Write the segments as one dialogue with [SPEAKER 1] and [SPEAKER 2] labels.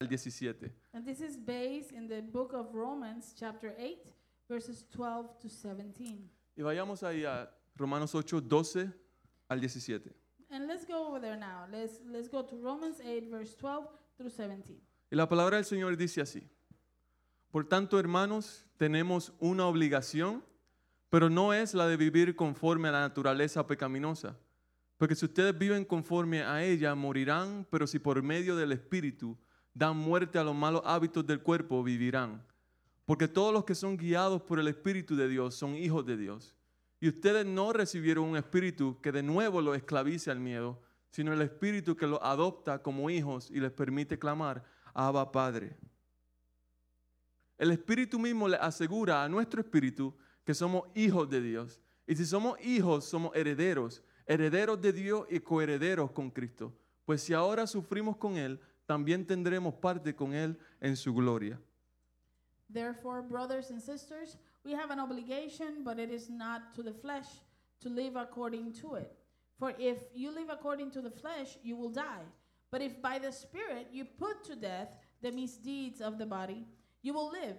[SPEAKER 1] al 17.
[SPEAKER 2] And this is based in the book of Romans, chapter 8, verses 12 to 17.
[SPEAKER 1] Y vayamos ahí a Romanos 8, 12 al 17.
[SPEAKER 2] And let's go over there now. Let's let's go to Romans 8 verse 12 through 17.
[SPEAKER 1] Y la palabra del Señor dice así. Por tanto, hermanos, tenemos una obligación, pero no es la de vivir conforme a la naturaleza pecaminosa. Porque si ustedes viven conforme a ella, morirán, pero si por medio del Espíritu dan muerte a los malos hábitos del cuerpo, vivirán. Porque todos los que son guiados por el Espíritu de Dios son hijos de Dios. Y ustedes no recibieron un espíritu que de nuevo los esclavice al miedo, sino el espíritu que los adopta como hijos y les permite clamar, Abba Padre. El espíritu mismo le asegura a nuestro espíritu que somos hijos de Dios. Y si somos hijos, somos herederos, herederos de Dios y coherederos con Cristo. Pues si ahora sufrimos con Él, también tendremos parte con Él en su gloria.
[SPEAKER 2] Therefore, brothers and sisters, we have an obligation, but it is not to the flesh to live according to it. For if you live according to the flesh, you will die. But if by the Spirit you put to death the misdeeds of the body, you will live.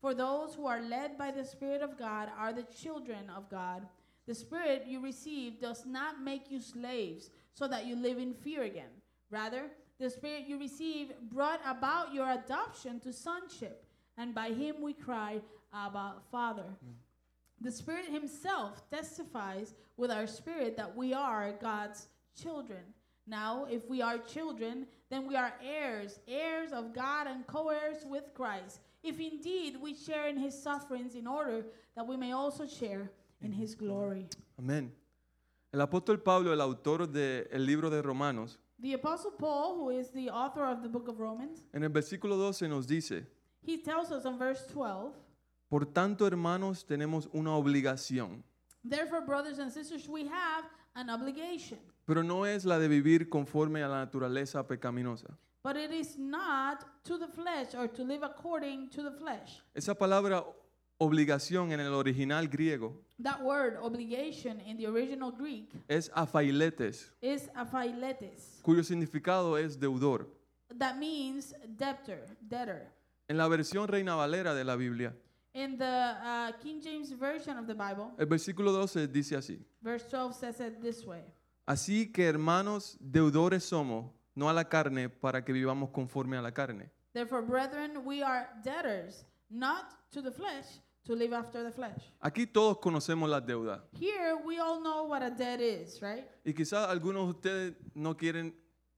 [SPEAKER 2] For those who are led by the Spirit of God are the children of God. The Spirit you receive does not make you slaves so that you live in fear again. Rather, the Spirit you receive brought about your adoption to sonship, and by Him we cry, Abba, Father. The Spirit Himself testifies with our spirit that we are God's children. Now, if we are children, then we are heirs, heirs of God and co heirs with Christ, if indeed we share in His sufferings, in order that we may also share in His glory.
[SPEAKER 1] Amén. El apóstol Pablo, el autor del libro de Romanos,
[SPEAKER 2] The Apostle Paul, who is the author of the book of Romans,
[SPEAKER 1] en el versículo 12 nos dice,
[SPEAKER 2] he tells us on verse 12
[SPEAKER 1] por tanto hermanos tenemos una obligación,
[SPEAKER 2] Therefore, brothers and sisters, we have an obligation,
[SPEAKER 1] pero no es la de vivir conforme a la naturaleza pecaminosa.
[SPEAKER 2] but it is not to the flesh or to live according to the flesh.
[SPEAKER 1] Esa palabra obligación en el original griego
[SPEAKER 2] That word obligation in the original Greek
[SPEAKER 1] es afailetes,
[SPEAKER 2] is aphiletes.
[SPEAKER 1] cuyo significado es deudor.
[SPEAKER 2] That means debtor, debtor.
[SPEAKER 1] En la versión Reina Valera de la Biblia,
[SPEAKER 2] In the uh, King James Version of the Bible,
[SPEAKER 1] el versículo 12 dice así,
[SPEAKER 2] verse 12 says it this way
[SPEAKER 1] así que hermanos, deudores somos, no a la carne, para que vivamos conforme a la carne.
[SPEAKER 2] Therefore, brethren, we are debtors, not to the flesh, to live after the flesh.
[SPEAKER 1] Aquí todos conocemos las deudas.
[SPEAKER 2] Here, we all know what a debt is, right?
[SPEAKER 1] Y quizás algunos de ustedes no quieren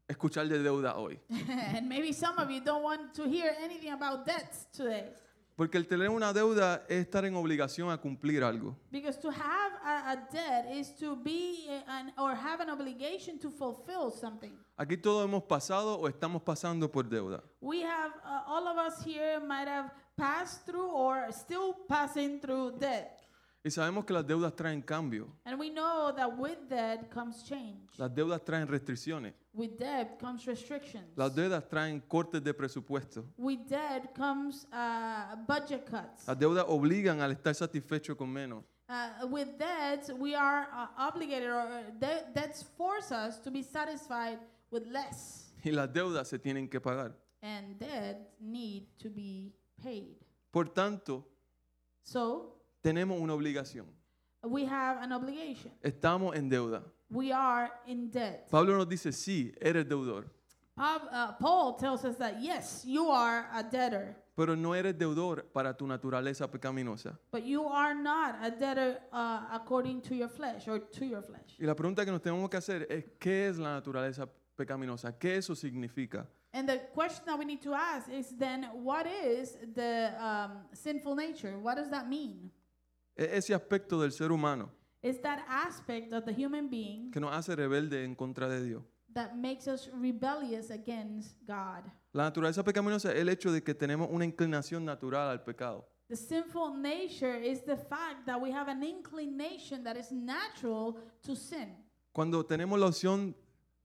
[SPEAKER 1] escuchar de deuda hoy.
[SPEAKER 2] and maybe some of you don't want to hear anything about debts today.
[SPEAKER 1] Porque el tener una deuda es estar en obligación a cumplir algo.
[SPEAKER 2] Because to have a, a debt is to be a- an, or have an obligation to fulfill something.
[SPEAKER 1] Aquí todos hemos pasado o estamos pasando por deuda.
[SPEAKER 2] We have, uh, all of us here might have passed through or still passing through debt.
[SPEAKER 1] Y sabemos que las deudas traen cambio.
[SPEAKER 2] And we know that with debt comes change.
[SPEAKER 1] Las deudas traen restricciones.
[SPEAKER 2] With debt comes restrictions.
[SPEAKER 1] Las deudas traen cortes de presupuesto.
[SPEAKER 2] With debt comes uh, budget cuts.
[SPEAKER 1] Las deudas obligan al estar satisfecho con menos.
[SPEAKER 2] Uh, with debts, we are uh, obligated, or de- debts force us to be satisfied with less,
[SPEAKER 1] Y las deudas se tienen que pagar.
[SPEAKER 2] and debt need to be paid.
[SPEAKER 1] Por tanto,
[SPEAKER 2] So
[SPEAKER 1] tenemos una obligación.
[SPEAKER 2] we have an obligation.
[SPEAKER 1] Estamos en deuda.
[SPEAKER 2] We are in debt.
[SPEAKER 1] Pablo nos dice, sí, eres deudor.
[SPEAKER 2] Pab- uh, Paul tells us that yes, you are a debtor,
[SPEAKER 1] Pero no eres deudor para tu naturaleza pecaminosa.
[SPEAKER 2] but you are not a debtor uh, according to your flesh or to your flesh.
[SPEAKER 1] Y la pregunta que nos tenemos que hacer es, ¿qué es la naturaleza pecaminosa? ¿Qué eso significa?
[SPEAKER 2] And the question that we need to ask is then, what is the um, sinful nature? What does that mean?
[SPEAKER 1] E- ese aspecto del ser humano
[SPEAKER 2] It's that aspect of the human being
[SPEAKER 1] que nos hace rebelde en contra de Dios.
[SPEAKER 2] that makes us rebellious against God.
[SPEAKER 1] La naturaleza pecaminosa es el hecho de que tenemos una inclinación natural al pecado.
[SPEAKER 2] The sinful nature is the fact that we have an inclination that is natural to sin.
[SPEAKER 1] Cuando tenemos la opción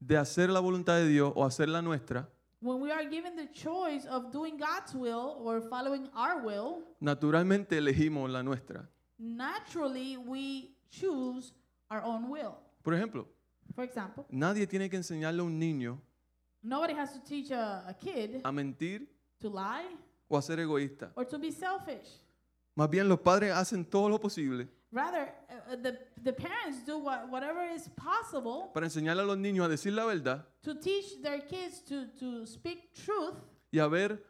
[SPEAKER 1] de hacer la voluntad de Dios o hacer la nuestra,
[SPEAKER 2] When we are given the choice of doing God's will or following our will,
[SPEAKER 1] naturalmente elegimos la nuestra.
[SPEAKER 2] naturally we choose our own will.
[SPEAKER 1] Por ejemplo,
[SPEAKER 2] For example,
[SPEAKER 1] nadie tiene que enseñarle a un niño
[SPEAKER 2] Nobody has to teach a, a kid
[SPEAKER 1] a mentir
[SPEAKER 2] to lie
[SPEAKER 1] o a ser egoísta.
[SPEAKER 2] or to be selfish.
[SPEAKER 1] Más bien los padres hacen todo lo posible
[SPEAKER 2] Rather, uh, uh, the, the parents do what, whatever is possible
[SPEAKER 1] para enseñarle a los niños a decir la verdad
[SPEAKER 2] to teach their kids to, to speak truth
[SPEAKER 1] y a ver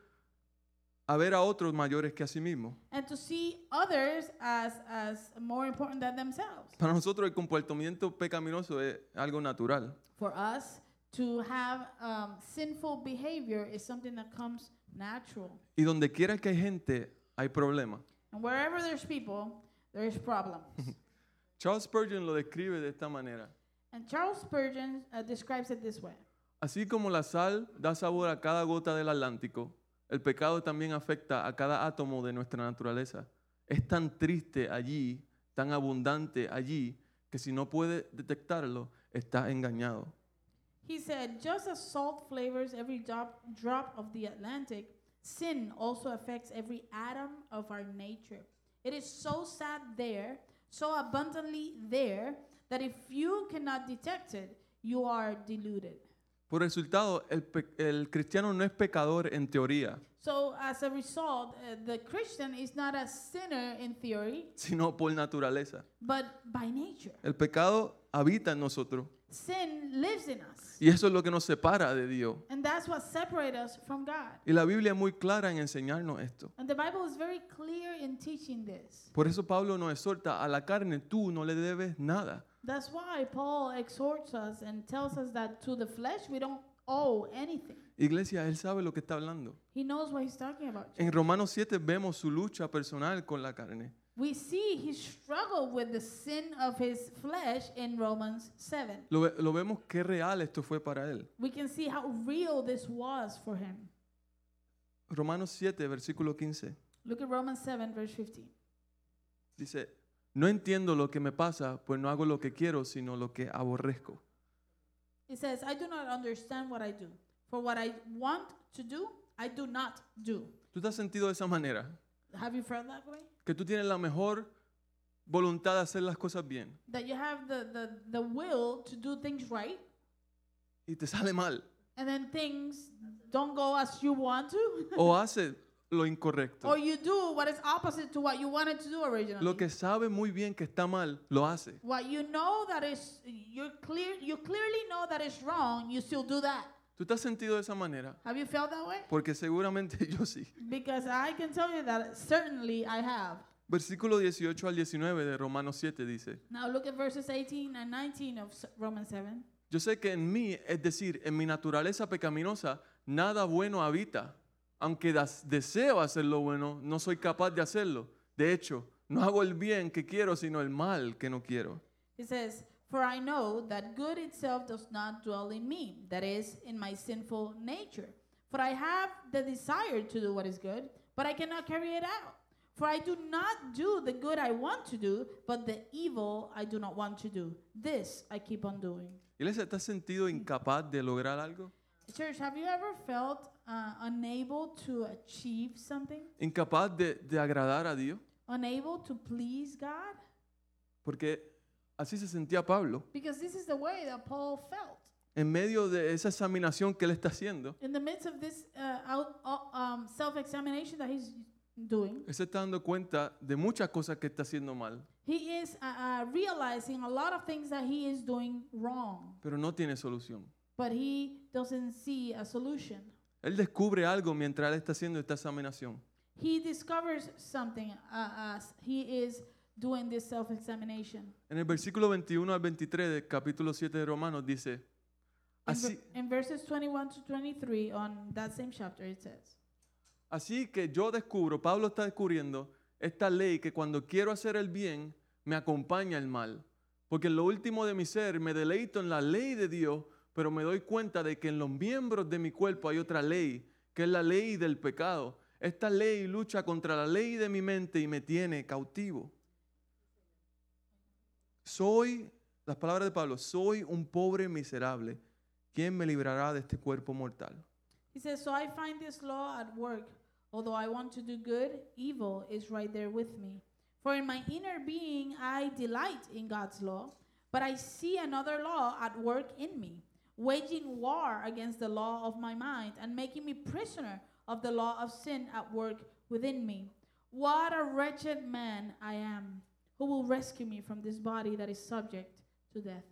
[SPEAKER 1] a, ver a otros mayores que a sí mismos.
[SPEAKER 2] and to see others as, as more important than themselves.
[SPEAKER 1] Para nosotros el comportamiento pecaminoso es algo natural.
[SPEAKER 2] For us, to have um, sinful behavior is something that comes natural.
[SPEAKER 1] Y donde quiera que hay gente, hay problemas.
[SPEAKER 2] And wherever there's people, there's problems.
[SPEAKER 1] Charles Spurgeon lo describe de esta manera.
[SPEAKER 2] and Charles Spurgeon uh, describes it this way.
[SPEAKER 1] Así como la sal da sabor a cada gota del Atlántico, el pecado también afecta a cada átomo de nuestra naturaleza. Es tan triste allí, tan abundante allí, que si no puede detectarlo, está engañado.
[SPEAKER 2] He said, just as salt flavors every drop, drop of the Atlantic, sin also affects every atom of our nature. It is so sad there, so abundantly there, that if you cannot detect it, you are deluded.
[SPEAKER 1] Por resultado, el, pe- el cristiano no es pecador en teoría,
[SPEAKER 2] So, as a result, uh, the Christian is not a sinner in theory,
[SPEAKER 1] sino por naturaleza.
[SPEAKER 2] but by nature.
[SPEAKER 1] El pecado habita en nosotros
[SPEAKER 2] Sin lives in us,
[SPEAKER 1] y eso es lo que nos separa de Dios.
[SPEAKER 2] and that's what separates us from God.
[SPEAKER 1] Y la Biblia es muy clara en enseñarnos esto.
[SPEAKER 2] And the Bible is very clear in teaching this.
[SPEAKER 1] Por eso Pablo nos exhorta, a la carne tú no le debes nada.
[SPEAKER 2] That's why Paul exhorts us and tells us that to the flesh we don't owe anything.
[SPEAKER 1] Iglesia, él sabe lo que está hablando.
[SPEAKER 2] He knows what he's talking about.
[SPEAKER 1] En Romanos 7 vemos su lucha personal con la carne.
[SPEAKER 2] We see he struggled with the sin of his flesh in Romans 7.
[SPEAKER 1] Lo, ve- lo vemos qué real esto fue para él.
[SPEAKER 2] We can see how real this was for him.
[SPEAKER 1] Romanos 7, versículo 15.
[SPEAKER 2] Look at Romans 7, verse 15.
[SPEAKER 1] Dice, no entiendo lo que me pasa, pues no hago lo que quiero, sino lo que aborrezco.
[SPEAKER 2] It says, I do not understand what I do. For what I want to do, I do not do.
[SPEAKER 1] ¿Tú te has sentido de esa manera?
[SPEAKER 2] Have you felt that way?
[SPEAKER 1] Que tú tienes la mejor voluntad de hacer las cosas bien
[SPEAKER 2] That you have the, the, the will to do things right,
[SPEAKER 1] y te sale mal.
[SPEAKER 2] and then things don't go as you want to?
[SPEAKER 1] O haces lo incorrecto.
[SPEAKER 2] Or you do what is opposite to what you wanted to do originally.
[SPEAKER 1] Lo que sabe muy bien que está mal, lo hace.
[SPEAKER 2] what you know that is you clear you clearly know that is wrong, you still do that.
[SPEAKER 1] ¿Tú te has sentido de esa manera?
[SPEAKER 2] Have you felt that way?
[SPEAKER 1] Porque seguramente yo sí.
[SPEAKER 2] Because I can tell you that certainly I have.
[SPEAKER 1] Versículo 18 al 19 de Romanos 7 dice,
[SPEAKER 2] Now look at verses 18 and 19 of S- Romans 7.
[SPEAKER 1] yo sé que en mí, es decir, en mi naturaleza pecaminosa, nada bueno habita. Aunque das- deseo hacer lo bueno, no soy capaz de hacerlo. De hecho, no hago el bien que quiero, sino el mal que no quiero.
[SPEAKER 2] It says, "For I know that good itself does not dwell in me, that is in my sinful nature. For I have the desire to do what is good, but I cannot carry it out. For I do not do the good I want to do, but the evil I do not want to do. This I keep on doing."
[SPEAKER 1] Iglesia, ¿te has sentido incapaz de lograr algo?
[SPEAKER 2] Church, have you ever felt uh, unable to achieve something?
[SPEAKER 1] ¿Incapaz de, de agradar a Dios?
[SPEAKER 2] Unable to please God?
[SPEAKER 1] Porque así se sentía Pablo.
[SPEAKER 2] Because this is the way that Paul felt.
[SPEAKER 1] En medio de esa examinación que él está haciendo,
[SPEAKER 2] In the midst of this uh, out, uh, um, self-examination that he's doing,
[SPEAKER 1] él se está dando cuenta de muchas cosas que está haciendo mal,
[SPEAKER 2] he is uh, uh, realizing a lot of things that he is doing wrong,
[SPEAKER 1] pero no tiene solución.
[SPEAKER 2] but he doesn't see a solution.
[SPEAKER 1] Él descubre algo mientras él está haciendo esta examinación.
[SPEAKER 2] He discovers something uh, as he is doing this self-examination.
[SPEAKER 1] En el versículo 21 al 23 del capítulo 7 de Romanos dice,
[SPEAKER 2] In, ver-
[SPEAKER 1] así,
[SPEAKER 2] in verses 21 to 23 on that same chapter, it says,
[SPEAKER 1] así que yo descubro, Pablo está descubriendo esta ley que cuando quiero hacer el bien, me acompaña el mal. Porque en lo último de mi ser me deleito en la ley de Dios, pero me doy cuenta de que en los miembros de mi cuerpo hay otra ley, que es la ley del pecado. Esta ley lucha contra la ley de mi mente y me tiene cautivo. Soy, las palabras de Pablo, soy un pobre miserable. ¿Quién me librará de este cuerpo mortal?
[SPEAKER 2] He says, So I find this law at work. Although I want to do good, evil is right there with me. For in my inner being I delight in God's law, but I see another law at work in me, waging war against the law of my mind and making me prisoner of the law of sin at work within me. What a wretched man I am! Who will rescue me from this body that is subject to death?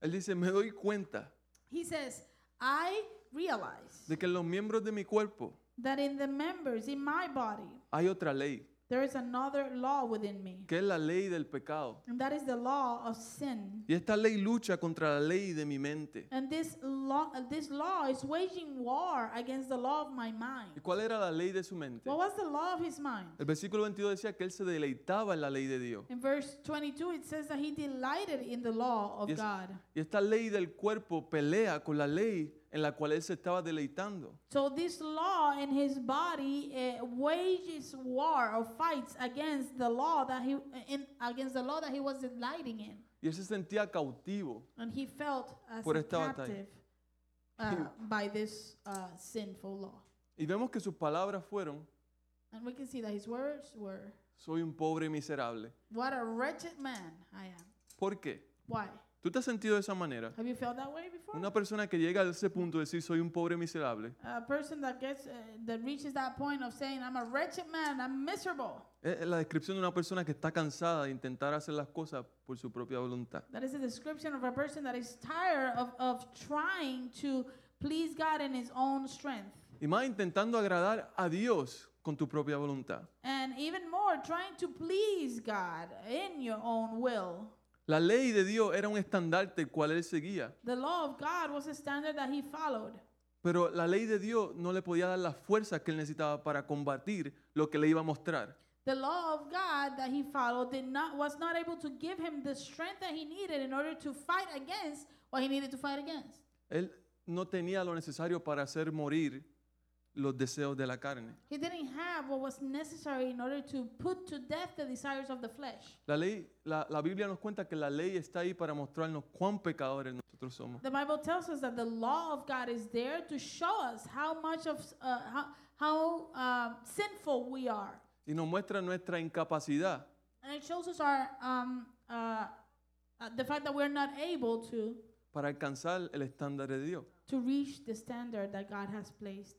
[SPEAKER 1] Él dice, me doy cuenta
[SPEAKER 2] He says, I realize
[SPEAKER 1] de que en los miembros de mi cuerpo
[SPEAKER 2] that in the members in my body
[SPEAKER 1] hay otra ley,
[SPEAKER 2] there is another law within me,
[SPEAKER 1] que es la ley del pecado.
[SPEAKER 2] and that is the law of sin.
[SPEAKER 1] Y esta ley lucha contra la ley de mi mente.
[SPEAKER 2] And this law, uh, this law is waging war against the law of my mind.
[SPEAKER 1] ¿Y cuál era la ley de su mente?
[SPEAKER 2] What was the law of his mind?
[SPEAKER 1] El versículo 22 decía que él se deleitaba en la ley de Dios.
[SPEAKER 2] In verse 22, it says that he delighted in the law of
[SPEAKER 1] Yes.
[SPEAKER 2] God.
[SPEAKER 1] Y esta ley del cuerpo pelea con la ley en la cual él se estaba deleitando.
[SPEAKER 2] So this law in his body uh, wages war or fights against the law that he in, against the law that he was delighting in,
[SPEAKER 1] Y él se sentía cautivo.
[SPEAKER 2] and he felt as
[SPEAKER 1] Por
[SPEAKER 2] a
[SPEAKER 1] esta batalla.
[SPEAKER 2] captive uh, by this uh, sinful law.
[SPEAKER 1] Y vemos que sus palabras fueron,
[SPEAKER 2] And we can see that his words were,
[SPEAKER 1] soy un pobre miserable.
[SPEAKER 2] "What a wretched man I am."
[SPEAKER 1] ¿Por qué?
[SPEAKER 2] Why?
[SPEAKER 1] ¿Tú te has sentido de esa manera?
[SPEAKER 2] Have you felt that way before?
[SPEAKER 1] Una persona que llega a ese punto de decir, soy un pobre miserable,
[SPEAKER 2] A person that gets uh, that reaches that point of saying, "I'm a wretched man. I'm miserable."
[SPEAKER 1] es la descripción de una persona que está cansada de intentar hacer las cosas por su propia voluntad.
[SPEAKER 2] That is a description of a person that is tired of, of trying to please God in his own strength.
[SPEAKER 1] Y más intentando agradar a Dios con tu propia voluntad.
[SPEAKER 2] And even more, trying to please God in your own will.
[SPEAKER 1] La ley de Dios era un estandarte el cual él seguía,
[SPEAKER 2] The law of God was a standard that he followed.
[SPEAKER 1] pero la ley de Dios no le podía dar las fuerzas que él necesitaba para combatir lo que le iba a mostrar.
[SPEAKER 2] The law of God that he followed did not was not able to give him the strength that he needed in order to fight against what he needed to fight against.
[SPEAKER 1] Él no tenía lo necesario para hacer morir los deseos de la carne.
[SPEAKER 2] He didn't have what was necessary in order to put to death the desires of the flesh.
[SPEAKER 1] La ley, la, la Biblia nos cuenta que la ley está ahí para mostrarnos cuán pecadores nosotros somos.
[SPEAKER 2] The Bible tells us that the law of God is there to show us how much of uh, how how um, sinful we are,
[SPEAKER 1] Y nos muestra nuestra incapacidad
[SPEAKER 2] and it shows us our um, uh, uh, the fact that we're not able to
[SPEAKER 1] para alcanzar el estándar de Dios.
[SPEAKER 2] to reach the standard that God has placed.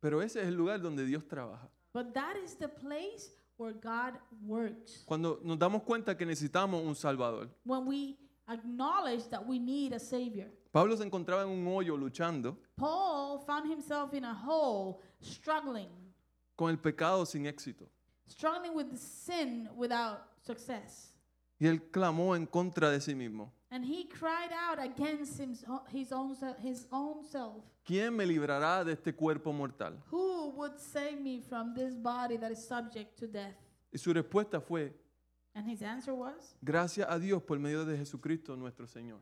[SPEAKER 1] Pero ese es el lugar donde Dios trabaja.
[SPEAKER 2] But that is the place where God works.
[SPEAKER 1] Cuando nos damos cuenta que necesitamos un Salvador.
[SPEAKER 2] When we acknowledge that we need a savior,
[SPEAKER 1] Pablo se encontraba en un hoyo luchando
[SPEAKER 2] Paul found himself in a hole, struggling,
[SPEAKER 1] con el pecado sin éxito.
[SPEAKER 2] struggling with sin without success.
[SPEAKER 1] Y él clamó en contra de sí mismo.
[SPEAKER 2] And he cried out against himself, his own se- his own self.
[SPEAKER 1] ¿Quién me librará de este cuerpo mortal?
[SPEAKER 2] Who would save me from this body that is subject to death?
[SPEAKER 1] Y su respuesta fue,
[SPEAKER 2] And his answer was,
[SPEAKER 1] gracias a Dios por medio de Jesucristo nuestro Señor.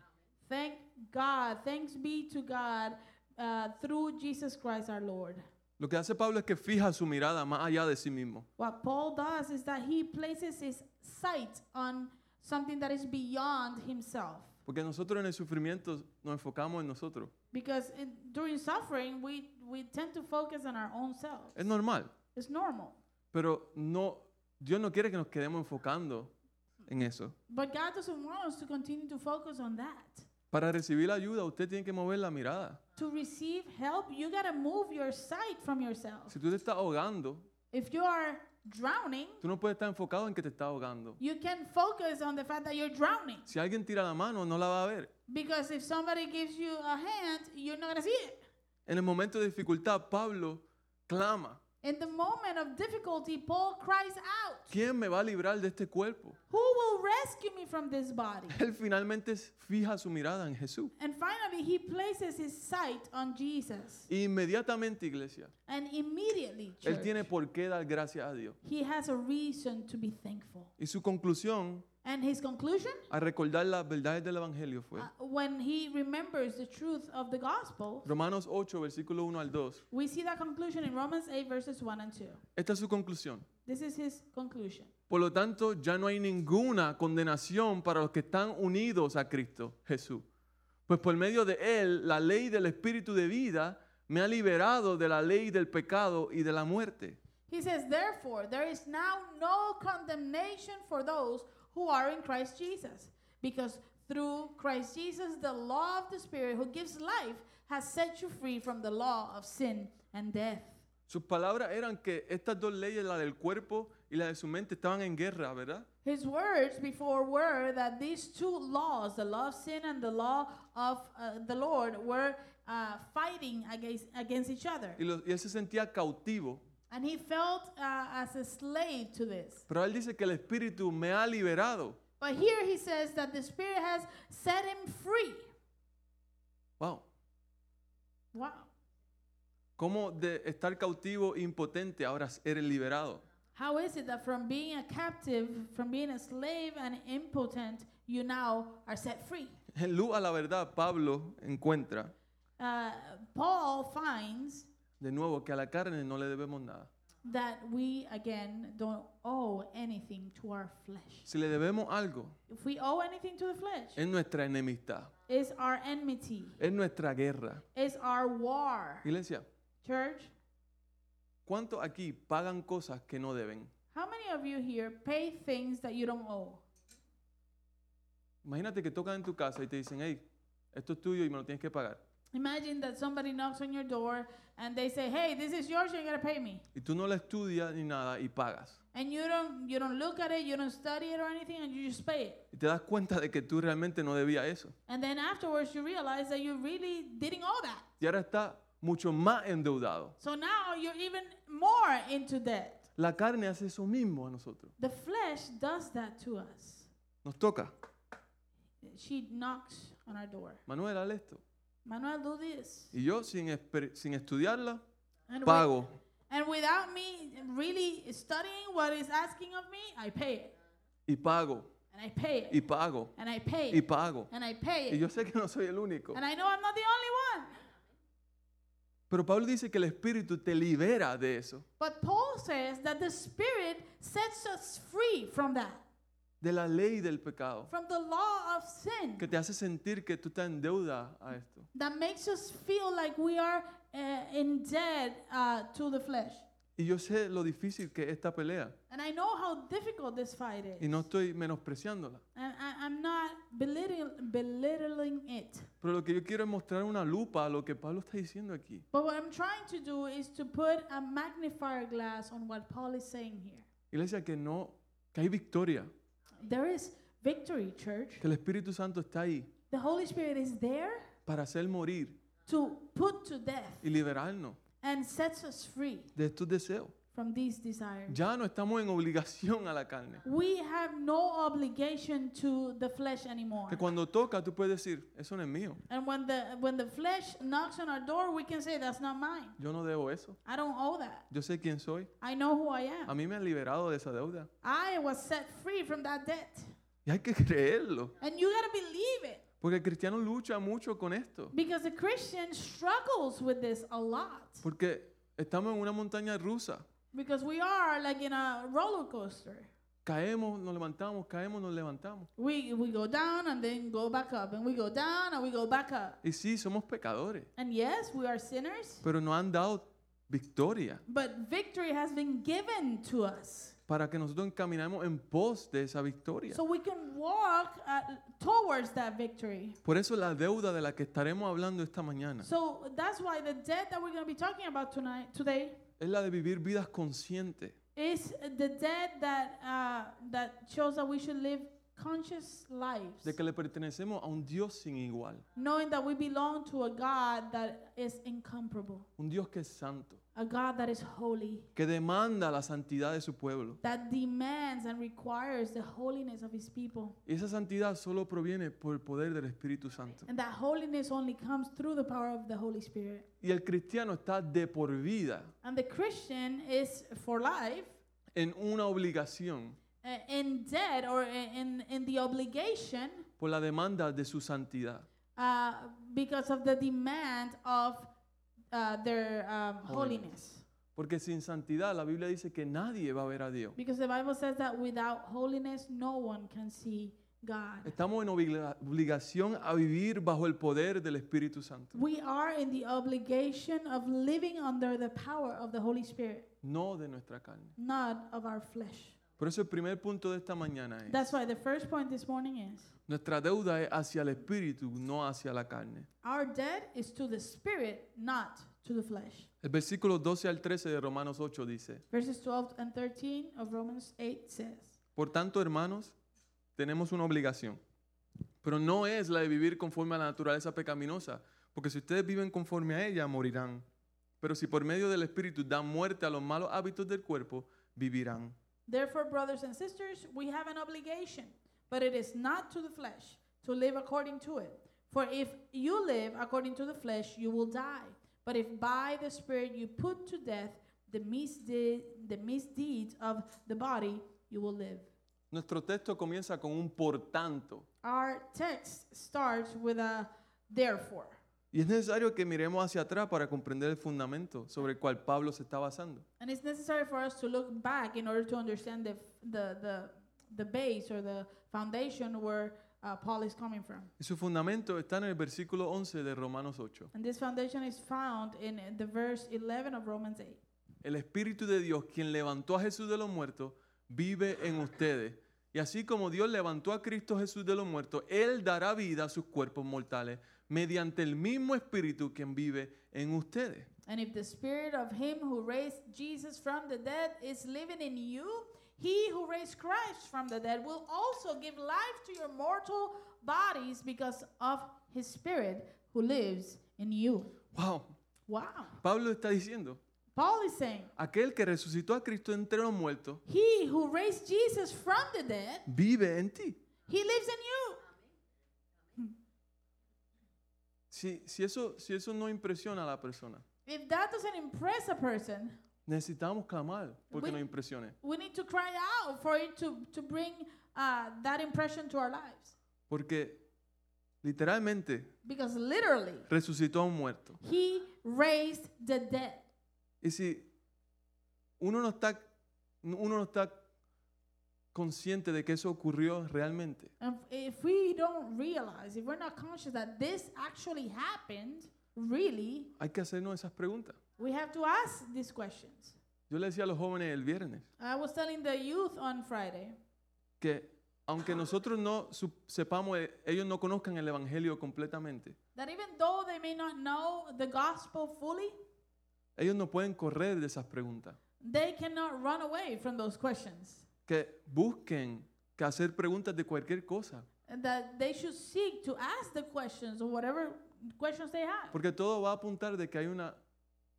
[SPEAKER 2] Thank God, thanks be to God uh, through Jesus Christ our Lord.
[SPEAKER 1] Lo que hace Pablo es que fija su mirada más allá de sí mismo.
[SPEAKER 2] What Paul does is that he places his sight on something that is beyond himself.
[SPEAKER 1] Porque nosotros en el sufrimiento nos enfocamos en nosotros.
[SPEAKER 2] Because in, during suffering, we, we tend to focus on our own selves.
[SPEAKER 1] Es normal,
[SPEAKER 2] It's normal.
[SPEAKER 1] pero no, Dios no quiere que nos quedemos enfocando en eso.
[SPEAKER 2] But God doesn't want us to continue to focus on that.
[SPEAKER 1] Para recibir la ayuda, usted tiene que mover la mirada.
[SPEAKER 2] to receive help, you got to move your sight from yourself.
[SPEAKER 1] Si tú te estás ahogando,
[SPEAKER 2] If you are drowning,
[SPEAKER 1] tú no puedes estar enfocado en que te estás ahogando.
[SPEAKER 2] you can focus on the fact that you're drowning.
[SPEAKER 1] Si alguien tira la mano, no la va a ver.
[SPEAKER 2] Because if somebody gives you a hand, you're not going to see it.
[SPEAKER 1] En el momento de dificultad, Pablo clama,
[SPEAKER 2] In the moment of difficulty, Paul cries out,
[SPEAKER 1] ¿quién me va a librar de este cuerpo?
[SPEAKER 2] Who will rescue me from this body?
[SPEAKER 1] Él finalmente fija su mirada en Jesús.
[SPEAKER 2] And finally, he places his sight on Jesus.
[SPEAKER 1] Inmediatamente, iglesia,
[SPEAKER 2] And immediately,
[SPEAKER 1] él
[SPEAKER 2] church,
[SPEAKER 1] tiene por qué dar gracias a Dios.
[SPEAKER 2] he has a reason to be thankful.
[SPEAKER 1] Y su conclusión
[SPEAKER 2] And his conclusion,
[SPEAKER 1] al recordar las verdades del Evangelio fue,
[SPEAKER 2] uh, when he remembers the truth of the gospel,
[SPEAKER 1] Romanos 8, versículo 1 al 2,
[SPEAKER 2] We see that conclusion in Romans 8, verses 1 and 2.
[SPEAKER 1] esta es su conclusión.
[SPEAKER 2] This is his conclusion.
[SPEAKER 1] Por lo tanto, ya no hay ninguna condenación para los que están unidos a Cristo Jesús. Pues por medio de Él, la ley del Espíritu de vida me ha liberado de la ley del pecado y de la muerte.
[SPEAKER 2] He says, Therefore, there is now no condemnation for those who are in Christ Jesus, because Through Christ Jesus, the law of the Spirit who gives life has set you free from the law of sin and death.
[SPEAKER 1] Sus palabras eran que estas dos leyes, la del cuerpo y la de su mente, estaban en guerra, ¿verdad?
[SPEAKER 2] His words before were that these two laws, the law of sin and the law of uh, the Lord, were uh, fighting against, against each other.
[SPEAKER 1] Y, lo- y él se sentía cautivo.
[SPEAKER 2] And he felt uh, as a slave to this.
[SPEAKER 1] Pero él dice que el Espíritu me ha liberado.
[SPEAKER 2] But here he says that the Spirit has set him free.
[SPEAKER 1] Wow.
[SPEAKER 2] Wow.
[SPEAKER 1] ¿Cómo de estar cautivo e impotente ahora eres liberado?
[SPEAKER 2] How is it that from being a captive, from being a slave and impotent, you now are set free?
[SPEAKER 1] En luz a la verdad, Pablo encuentra
[SPEAKER 2] Uh, Paul finds
[SPEAKER 1] de nuevo que a la carne no le debemos nada.
[SPEAKER 2] that we again don't owe anything to our flesh.
[SPEAKER 1] Si le debemos algo,
[SPEAKER 2] If we owe anything to the flesh,
[SPEAKER 1] es nuestra enemistad,
[SPEAKER 2] it's our enmity,
[SPEAKER 1] es nuestra guerra.
[SPEAKER 2] it's our war.
[SPEAKER 1] Iglesia,
[SPEAKER 2] Church,
[SPEAKER 1] ¿cuántos aquí pagan cosas que no deben?
[SPEAKER 2] how many of you here pay things that you don't owe?
[SPEAKER 1] Imagínate que tocan en tu casa y te dicen, hey, esto es tuyo y me lo tienes que pagar.
[SPEAKER 2] Imagine that somebody knocks on your door and they say, "Hey, this is yours. You gotta pay me."
[SPEAKER 1] Y tú no la estudias ni nada y pagas.
[SPEAKER 2] And you don't, you don't look at it, you don't study it or anything, and you just pay it.
[SPEAKER 1] Y te das cuenta de que tú realmente no debías eso.
[SPEAKER 2] And then afterwards, you realize that you really didn't owe that.
[SPEAKER 1] Y ahora está mucho más endeudado.
[SPEAKER 2] So now you're even more into debt.
[SPEAKER 1] La carne hace eso mismo a nosotros.
[SPEAKER 2] The flesh does that to us.
[SPEAKER 1] Nos toca.
[SPEAKER 2] She knocks on our door.
[SPEAKER 1] Manuel, haz esto.
[SPEAKER 2] Manuel, do this.
[SPEAKER 1] Y yo, sin, esper- sin estudiarla,
[SPEAKER 2] And, wi-
[SPEAKER 1] pago.
[SPEAKER 2] and without me really studying what is asking of me, I pay it.
[SPEAKER 1] Y pago.
[SPEAKER 2] And I pay
[SPEAKER 1] Y
[SPEAKER 2] it.
[SPEAKER 1] pago.
[SPEAKER 2] And I pay
[SPEAKER 1] Y
[SPEAKER 2] it.
[SPEAKER 1] pago.
[SPEAKER 2] And I pay
[SPEAKER 1] Y
[SPEAKER 2] it.
[SPEAKER 1] yo sé que no soy el único.
[SPEAKER 2] And I know I'm not the only one.
[SPEAKER 1] Pero Pablo dice que el Espíritu te libera de eso.
[SPEAKER 2] But Paul says that the Spirit sets us free from that,
[SPEAKER 1] De la ley del pecado.
[SPEAKER 2] from the law of
[SPEAKER 1] Que
[SPEAKER 2] sin,
[SPEAKER 1] te hace sentir que tú estás en deuda a esto.
[SPEAKER 2] that makes us feel like we are uh, in debt uh, to the flesh.
[SPEAKER 1] Y yo sé lo difícil que es esta pelea.
[SPEAKER 2] And I know how difficult this fight is.
[SPEAKER 1] Y no estoy menospreciándola.
[SPEAKER 2] And I, I'm not belittling, belittling it.
[SPEAKER 1] Pero lo que yo quiero es mostrar una lupa a lo que Pablo está diciendo aquí.
[SPEAKER 2] But what I'm trying to do is to put a magnifier glass on what Paul is saying here.
[SPEAKER 1] Iglesia, que no, que hay victoria.
[SPEAKER 2] There is victory, church.
[SPEAKER 1] Que el Espíritu Santo está ahí
[SPEAKER 2] The Holy Spirit is there
[SPEAKER 1] para hacer morir
[SPEAKER 2] to put to death
[SPEAKER 1] y liberarnos
[SPEAKER 2] and sets us free.
[SPEAKER 1] de estos deseos.
[SPEAKER 2] from these desires.
[SPEAKER 1] Ya no estamos en obligación a la carne.
[SPEAKER 2] We have no obligation to the flesh anymore.
[SPEAKER 1] Que cuando toca tú puedes decir, eso no es mío.
[SPEAKER 2] And when the when the flesh knocks on our door, we can say that's not mine.
[SPEAKER 1] Yo no debo eso.
[SPEAKER 2] I don't owe that.
[SPEAKER 1] Yo sé quién soy.
[SPEAKER 2] I know who I
[SPEAKER 1] A
[SPEAKER 2] am.
[SPEAKER 1] mí me han liberado de esa deuda.
[SPEAKER 2] I was set free from that debt.
[SPEAKER 1] Y hay que creerlo.
[SPEAKER 2] And you got to believe it
[SPEAKER 1] Porque el cristiano lucha mucho con esto.
[SPEAKER 2] because the Christian struggles with this a lot
[SPEAKER 1] Porque estamos en una montaña rusa.
[SPEAKER 2] because we are like in a roller coaster.
[SPEAKER 1] Caemos, nos levantamos, caemos, nos levantamos.
[SPEAKER 2] We we go down and then go back up and we go down and we go back up.
[SPEAKER 1] Y sí, somos pecadores.
[SPEAKER 2] And yes, we are sinners.
[SPEAKER 1] Pero nos han dado victoria
[SPEAKER 2] But victory has been given to us.
[SPEAKER 1] para que nosotros encaminemos en pos de esa victoria.
[SPEAKER 2] So we can walk uh, towards that victory.
[SPEAKER 1] Por eso la deuda de la que estaremos hablando esta mañana
[SPEAKER 2] So that's why the debt that we're going to be talking about tonight, today,
[SPEAKER 1] es la de vivir vidas conscientes.
[SPEAKER 2] is the debt that uh, that shows that we should live conscious lives,
[SPEAKER 1] de que le pertenecemos a un Dios sin igual,
[SPEAKER 2] knowing that we belong to a God that is incomparable,
[SPEAKER 1] un Dios que es santo,
[SPEAKER 2] a God that is holy,
[SPEAKER 1] que demanda la santidad de su pueblo.
[SPEAKER 2] that demands and requires the holiness of His people,
[SPEAKER 1] Y esa santidad solo proviene por el poder del Espíritu Santo.
[SPEAKER 2] and that holiness only comes through the power of the Holy Spirit.
[SPEAKER 1] Y el cristiano está de por vida
[SPEAKER 2] And the Christian is for life
[SPEAKER 1] en una obligación
[SPEAKER 2] uh, in debt or in, in, in the obligation
[SPEAKER 1] por la demanda de su santidad.
[SPEAKER 2] uh, because of the demand of uh, their um, holiness.
[SPEAKER 1] Porque sin santidad la Biblia dice que nadie va a ver a Dios.
[SPEAKER 2] Because the Bible says that without holiness, no one can see God.
[SPEAKER 1] Estamos en obliga- obligación a vivir bajo el poder del Espíritu Santo,
[SPEAKER 2] We are in the obligation of living under the power of the Holy Spirit,
[SPEAKER 1] no de nuestra carne.
[SPEAKER 2] not of our flesh.
[SPEAKER 1] Por eso el primer punto de esta mañana es,
[SPEAKER 2] That's why the first point this morning is
[SPEAKER 1] nuestra deuda es hacia el espíritu, no hacia la carne.
[SPEAKER 2] our debt is to the spirit, not to the flesh.
[SPEAKER 1] El versículo 12 al 13 de Romanos 8 dice,
[SPEAKER 2] Verses 12 and 13 of Romans 8 says,
[SPEAKER 1] por tanto, hermanos, tenemos una obligación, pero no es la de vivir conforme a la naturaleza pecaminosa, porque si ustedes viven conforme a ella, morirán. Pero si por medio del espíritu dan muerte a los malos hábitos del cuerpo, vivirán.
[SPEAKER 2] Therefore, brothers and sisters, we have an obligation, but it is not to the flesh to live according to it. For if you live according to the flesh, you will die. But if by the Spirit you put to death the, misde- the misdeeds of the body, you will live.
[SPEAKER 1] Nuestro texto comienza con un por tanto,
[SPEAKER 2] Our text starts with a therefore.
[SPEAKER 1] y es necesario que miremos hacia atrás para comprender el fundamento sobre el cual Pablo se está basando.
[SPEAKER 2] And it's necessary for us to look back in order to understand the, f- the, the, the base or the foundation where uh, Paul is coming from.
[SPEAKER 1] Y su fundamento está en el versículo 11 de Romanos 8.
[SPEAKER 2] And this foundation is found in uh, the verse 11 of Romans 8.
[SPEAKER 1] El Espíritu de Dios, quien levantó a Jesús de los muertos, vive en ustedes. Y así como Dios levantó a Cristo Jesús de los muertos, Él dará vida a sus cuerpos mortales mediante el mismo Espíritu quien vive en ustedes.
[SPEAKER 2] And if the spirit of him who raised Jesus from the dead is living in you, he who raised Christ from the dead will also give life to your mortal bodies because of his spirit who lives in you.
[SPEAKER 1] ¡Wow!
[SPEAKER 2] Wow.
[SPEAKER 1] Pablo está diciendo,
[SPEAKER 2] Paul is saying,
[SPEAKER 1] aquel que resucitó a Cristo entre los muertos,
[SPEAKER 2] he who raised Jesus from the dead,
[SPEAKER 1] vive en ti.
[SPEAKER 2] he lives in you.
[SPEAKER 1] Si, si eso, si eso no impresiona a la persona,
[SPEAKER 2] If that doesn't impress a person,
[SPEAKER 1] necesitamos clamar porque
[SPEAKER 2] Bueno.
[SPEAKER 1] nos impresione.
[SPEAKER 2] we need to cry out for it to, to bring uh, that impression to our lives.
[SPEAKER 1] Porque literalmente
[SPEAKER 2] Because literally,
[SPEAKER 1] resucitó a un muerto.
[SPEAKER 2] he raised the dead.
[SPEAKER 1] Y si uno no está, uno no está consciente de que eso ocurrió realmente,
[SPEAKER 2] And if we don't realize, if we're not conscious that this actually happened, really,
[SPEAKER 1] hay que hacernos esas preguntas.
[SPEAKER 2] we have to ask these questions.
[SPEAKER 1] Yo le decía a los jóvenes el viernes
[SPEAKER 2] I was telling the youth on Friday
[SPEAKER 1] que aunque nosotros no su- sepamos, eh, ellos no conozcan el Evangelio completamente,
[SPEAKER 2] that even though they may not know the gospel fully,
[SPEAKER 1] ellos no pueden correr de esas preguntas.
[SPEAKER 2] they cannot run away from those questions.
[SPEAKER 1] Que busquen que hacer preguntas de cualquier cosa,
[SPEAKER 2] And that they should seek to ask the questions or whatever questions they have.
[SPEAKER 1] porque todo va a apuntar de que hay una,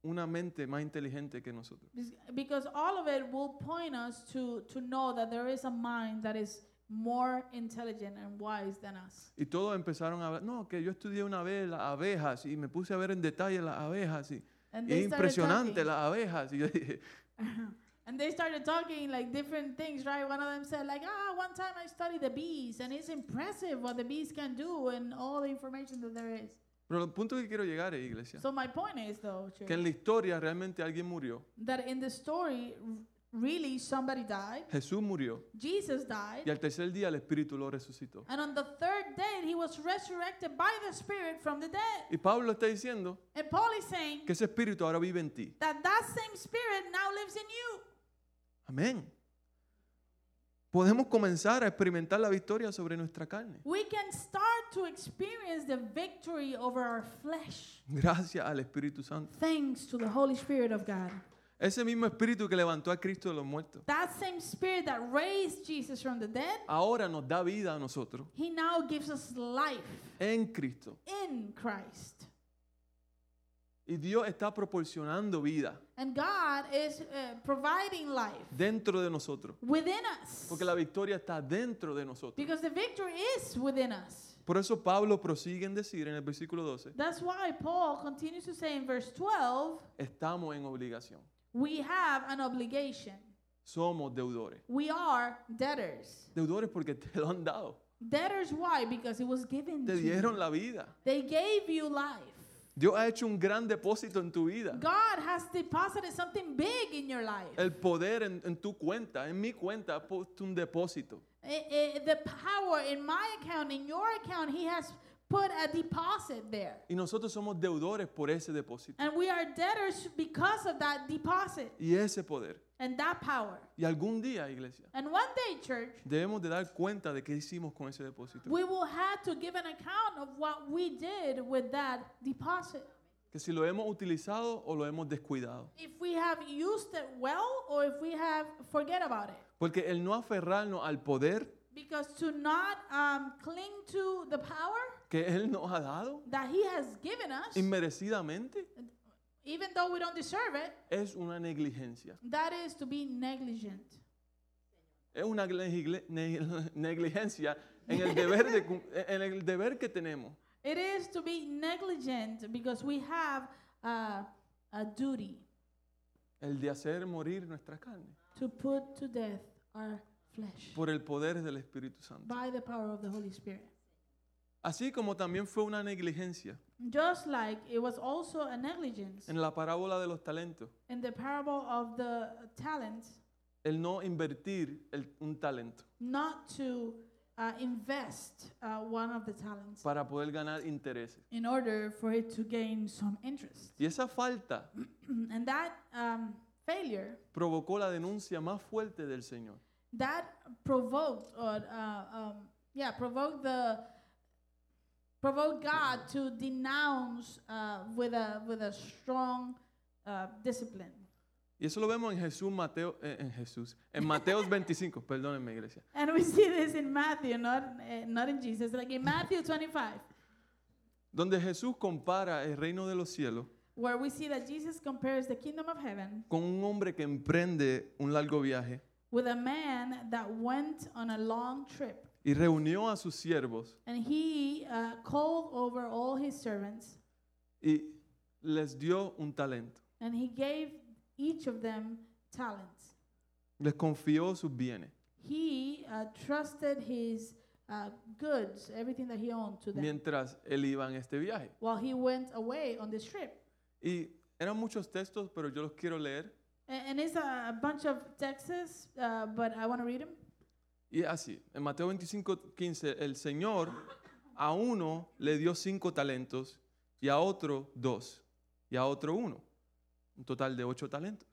[SPEAKER 1] una mente más inteligente que nosotros.
[SPEAKER 2] Bes- because all of it will point us to to know that there is a mind that is more intelligent and wise than us
[SPEAKER 1] Y todos empezaron a hablar, no, que yo estudié una vez las abejas y me puse a ver en detalle las abejas. Y,
[SPEAKER 2] and
[SPEAKER 1] y es
[SPEAKER 2] they started
[SPEAKER 1] impresionante
[SPEAKER 2] talking,
[SPEAKER 1] las abejas. Y yo dije,
[SPEAKER 2] and they started talking like different things right one of them said like ah one time i studied the bees and it's impressive what the bees can do and all the information that there is
[SPEAKER 1] pero el punto que quiero llegar es, iglesia,
[SPEAKER 2] so my point is though church,
[SPEAKER 1] que en la historia realmente alguien murió.
[SPEAKER 2] that in the story r- really somebody died
[SPEAKER 1] Jesús murió
[SPEAKER 2] jesus
[SPEAKER 1] y
[SPEAKER 2] died
[SPEAKER 1] al tercer día el Espíritu lo resucitó.
[SPEAKER 2] and on the third day he was resurrected by the spirit from the dead
[SPEAKER 1] Y Pablo está diciendo
[SPEAKER 2] and paul is saying
[SPEAKER 1] que ese Espíritu ahora vive en ti.
[SPEAKER 2] that that same spirit now lives in you.
[SPEAKER 1] Amén. Podemos comenzar a experimentar la victoria sobre nuestra carne.
[SPEAKER 2] We can start to experience the victory over our flesh
[SPEAKER 1] Gracias al Espíritu Santo.
[SPEAKER 2] thanks to the Holy Spirit of God.
[SPEAKER 1] Ese mismo Espíritu que levantó a Cristo de los muertos,
[SPEAKER 2] That same spirit that raised Jesus from the dead,
[SPEAKER 1] ahora nos da vida a nosotros
[SPEAKER 2] he now gives us life
[SPEAKER 1] en Cristo.
[SPEAKER 2] in Christ.
[SPEAKER 1] Y Dios está proporcionando vida
[SPEAKER 2] And God is uh, providing life
[SPEAKER 1] dentro de nosotros.
[SPEAKER 2] within us
[SPEAKER 1] Porque la victoria está dentro de nosotros.
[SPEAKER 2] because the victory is within us.
[SPEAKER 1] Por eso Pablo prosigue en decir en el versículo 12,
[SPEAKER 2] That's why Paul continues to say in verse 12,
[SPEAKER 1] estamos en obligación.
[SPEAKER 2] we have an obligation.
[SPEAKER 1] Somos deudores.
[SPEAKER 2] We are debtors.
[SPEAKER 1] Deudores porque te lo han dado.
[SPEAKER 2] Debtors, why? Because it was given
[SPEAKER 1] Te
[SPEAKER 2] to you.
[SPEAKER 1] dieron la vida.
[SPEAKER 2] They gave you life.
[SPEAKER 1] Dios ha hecho un gran depósito en tu vida.
[SPEAKER 2] God has deposited something big in your life.
[SPEAKER 1] El poder en, en tu cuenta, en mi cuenta, ha puesto un depósito.
[SPEAKER 2] Eh, eh, the power in my account, in your account, He has put a deposit there.
[SPEAKER 1] Y nosotros somos deudores por ese depósito
[SPEAKER 2] And we are debtors because of that deposit
[SPEAKER 1] y ese poder.
[SPEAKER 2] and that power.
[SPEAKER 1] Y algún día, iglesia,
[SPEAKER 2] And one day, church,
[SPEAKER 1] debemos de dar cuenta de qué hicimos con ese depósito.
[SPEAKER 2] we will have to give an account of what we did with that deposit.
[SPEAKER 1] Que si lo hemos utilizado o lo hemos descuidado.
[SPEAKER 2] If we have used it well or if we have forget about it.
[SPEAKER 1] Porque el no aferrarnos al poder
[SPEAKER 2] Because to not um, cling to the power
[SPEAKER 1] que Él nos ha dado
[SPEAKER 2] that He has given us,
[SPEAKER 1] inmerecidamente
[SPEAKER 2] even though we don't deserve it,
[SPEAKER 1] es una negligencia.
[SPEAKER 2] that is to be negligent.
[SPEAKER 1] Es una negligle- ne- negligencia en el deber, de cum- en el deber que tenemos.
[SPEAKER 2] It is to be negligent because we have uh, a duty
[SPEAKER 1] El de hacer morir nuestra carne
[SPEAKER 2] to put to death our flesh
[SPEAKER 1] por el poder del Espíritu Santo.
[SPEAKER 2] by the power of the Holy Spirit.
[SPEAKER 1] Así como también fue una negligencia
[SPEAKER 2] Just like it was also a negligence
[SPEAKER 1] en la parábola de los talentos.
[SPEAKER 2] in the parable of the talents,
[SPEAKER 1] El no invertir el- un talento
[SPEAKER 2] not to uh, invest uh, one of the talents
[SPEAKER 1] para poder ganar intereses.
[SPEAKER 2] in order for it to gain some interest.
[SPEAKER 1] Y esa falta
[SPEAKER 2] and that um, failure
[SPEAKER 1] provocó la denuncia más fuerte del Señor.
[SPEAKER 2] that provoked or uh, um, yeah provoked the provoked God to denounce uh, with a with a strong uh, discipline.
[SPEAKER 1] Y eso lo vemos en Jesús, Mateo, eh, en Jesús, en Mateos 25, perdónenme iglesia.
[SPEAKER 2] And we see this in Matthew, not eh, not in Jesus, like in Matthew 25,
[SPEAKER 1] donde Jesús compara el reino de los cielos
[SPEAKER 2] where we see that Jesus compares the kingdom of heaven
[SPEAKER 1] con un hombre que emprende un largo viaje
[SPEAKER 2] with a man that went on a long trip,
[SPEAKER 1] y reunió a sus siervos
[SPEAKER 2] and he uh, called over all his servants,
[SPEAKER 1] y les dio un talento,
[SPEAKER 2] and he gave each of them talents.
[SPEAKER 1] les confió sus bienes,
[SPEAKER 2] he uh, trusted his uh, goods, everything that he owned to them,
[SPEAKER 1] mientras él iba en este viaje.
[SPEAKER 2] while he went away on this trip.
[SPEAKER 1] Y eran muchos textos, pero yo los quiero leer.
[SPEAKER 2] A- And, it's a, a bunch of texts, uh, but I want to read them.
[SPEAKER 1] Y así, en Mateo 25, 15, el Señor a uno le dio cinco talentos y a otro dos y a otro uno, un total de ocho talentos.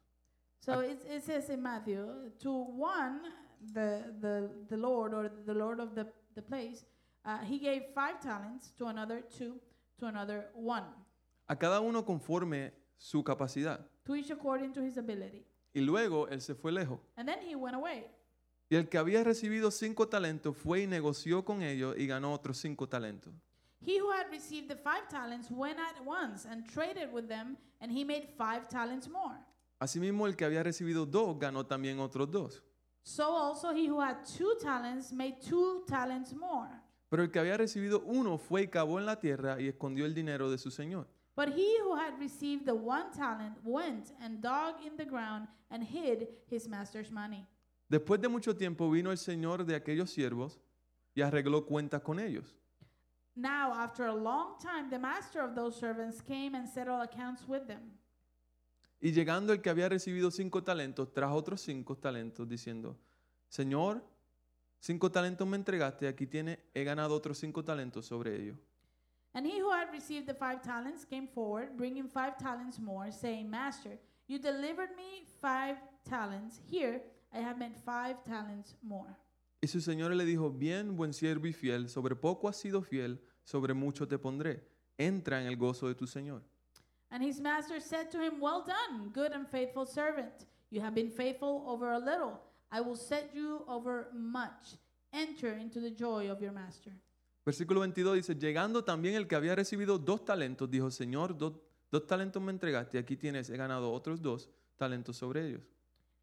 [SPEAKER 2] So it, it says in Matthew, to one, the, the, the Lord or the Lord of the, the place, uh, he gave five talents, to another two, to another one,
[SPEAKER 1] A cada uno conforme su capacidad.
[SPEAKER 2] to each according to his ability.
[SPEAKER 1] Y luego él se fue lejos.
[SPEAKER 2] And then he went away.
[SPEAKER 1] Y el que había recibido cinco talentos fue y negoció con ellos y ganó otros cinco talentos.
[SPEAKER 2] He who had received the five talents went at once and traded with them, and he made five talents more.
[SPEAKER 1] Asimismo, el que había recibido dos ganó también otros dos.
[SPEAKER 2] So also he who had two talents made two talents more.
[SPEAKER 1] Pero el que había recibido uno fue y cavó en la tierra y escondió el dinero de su señor.
[SPEAKER 2] But he who had received the one talent went and dug in the ground and hid his master's money.
[SPEAKER 1] Después de mucho tiempo vino el señor de aquellos siervos y arregló cuentas con ellos.
[SPEAKER 2] Now, after a long time, the master of those servants came and settled accounts with them.
[SPEAKER 1] Y llegando el que había recibido cinco talentos, trajo otros cinco talentos, diciendo, Señor, cinco talentos me entregaste, aquí tiene, he ganado otros cinco talentos sobre ellos.
[SPEAKER 2] And he who had received the five talents came forward, bringing five talents more, saying, Master, you delivered me five talents. Here, I have made five talents more.
[SPEAKER 1] Y su señor le dijo, bien, buen siervo y fiel, sobre poco has sido fiel, sobre mucho te pondré. Entra en el gozo de tu señor.
[SPEAKER 2] And his master said to him, Well done, good and faithful servant. You have been faithful over a little. I will set you over much. Enter into the joy of your master.
[SPEAKER 1] Versículo 22 dice, llegando también el que había recibido dos talentos, dijo, Señor, do- dos talentos me entregaste, aquí tienes, he ganado otros dos talentos sobre ellos.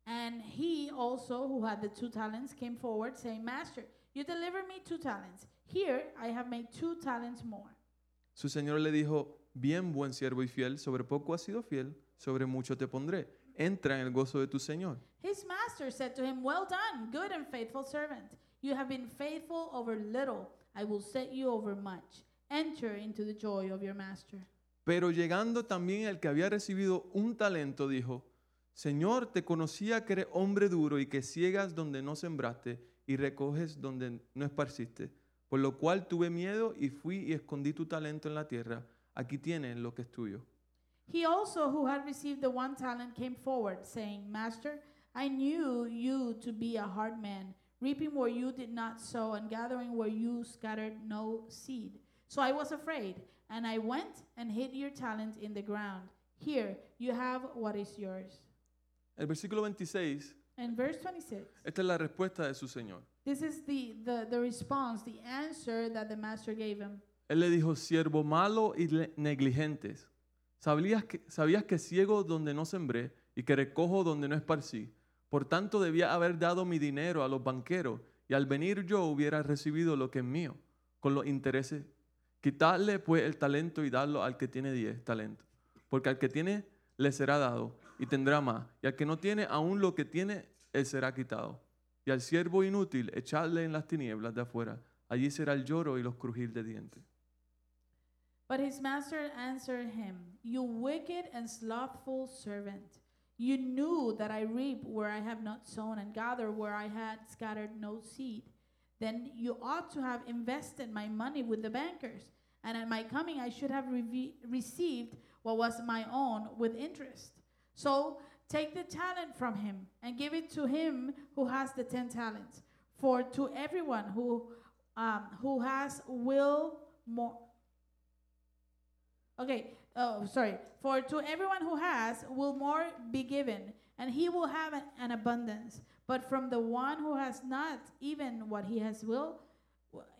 [SPEAKER 2] And he also, who had the two talents, came forward, saying, Master, you delivered me two talents. Here, I have made two talents more.
[SPEAKER 1] Su señor le dijo, bien buen siervo y fiel, sobre poco has sido fiel, sobre mucho te pondré. Entra en el gozo de tu señor.
[SPEAKER 2] His master said to him, Well done, good and faithful servant. You have been faithful over little. I will set you over much. Enter into the joy of your master.
[SPEAKER 1] Pero llegando también el que había recibido un talento, dijo, Señor, te conocía que eres hombre duro y que ciegas donde no sembraste y recoges donde no esparciste. Por lo cual tuve miedo y fui y escondí tu talento en la tierra. Aquí tienes lo que es tuyo.
[SPEAKER 2] He also, who had received the one talent, came forward, saying, Master, I knew you to be a hard man, reaping where you did not sow and gathering where you scattered no seed. So I was afraid, and I went and hid your talent in the ground. Here, you have what is yours.
[SPEAKER 1] El versículo 26,
[SPEAKER 2] And verse 26,
[SPEAKER 1] esta es la respuesta de su Señor.
[SPEAKER 2] this is the, the, the response, the answer that the master gave him.
[SPEAKER 1] Él le dijo, siervo malo y le- negligentes, ¿sabías que, sabías que ciego donde no sembré y que recojo donde no esparcí. Por tanto, debía haber dado mi dinero a los banqueros y al venir yo hubiera recibido lo que es mío, con los intereses. Quitarle pues el talento y darlo al que tiene diez talentos. Porque al que tiene le será dado y tendrá más. Y al que no tiene aún lo que tiene, él será quitado. Y al siervo inútil echarle en las tinieblas de afuera. Allí será el lloro y los crujir de dientes.
[SPEAKER 2] But his master answered him, You wicked and slothful servant, you knew that I reap where I have not sown and gather where I had scattered no seed. Then you ought to have invested my money with the bankers, and at my coming I should have reve- received what was my own with interest. So take the talent from him and give it to him who has the ten talents. For to everyone who um, who has will more Okay, oh, sorry. For to everyone who has, will more be given, and he will have an, an abundance. But from the one who has not, even what he has will,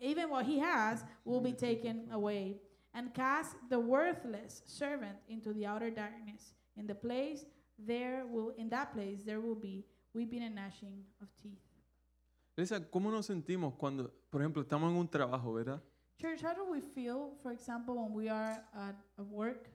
[SPEAKER 2] even what he has, will be taken away. And cast the worthless servant into the outer darkness. In the place there will, in that place there will be weeping and gnashing of teeth.
[SPEAKER 1] Elisa, ¿cómo nos sentimos cuando, por ejemplo, estamos en un trabajo, ¿verdad?
[SPEAKER 2] Church, how do we feel, for example, when we are at, at work?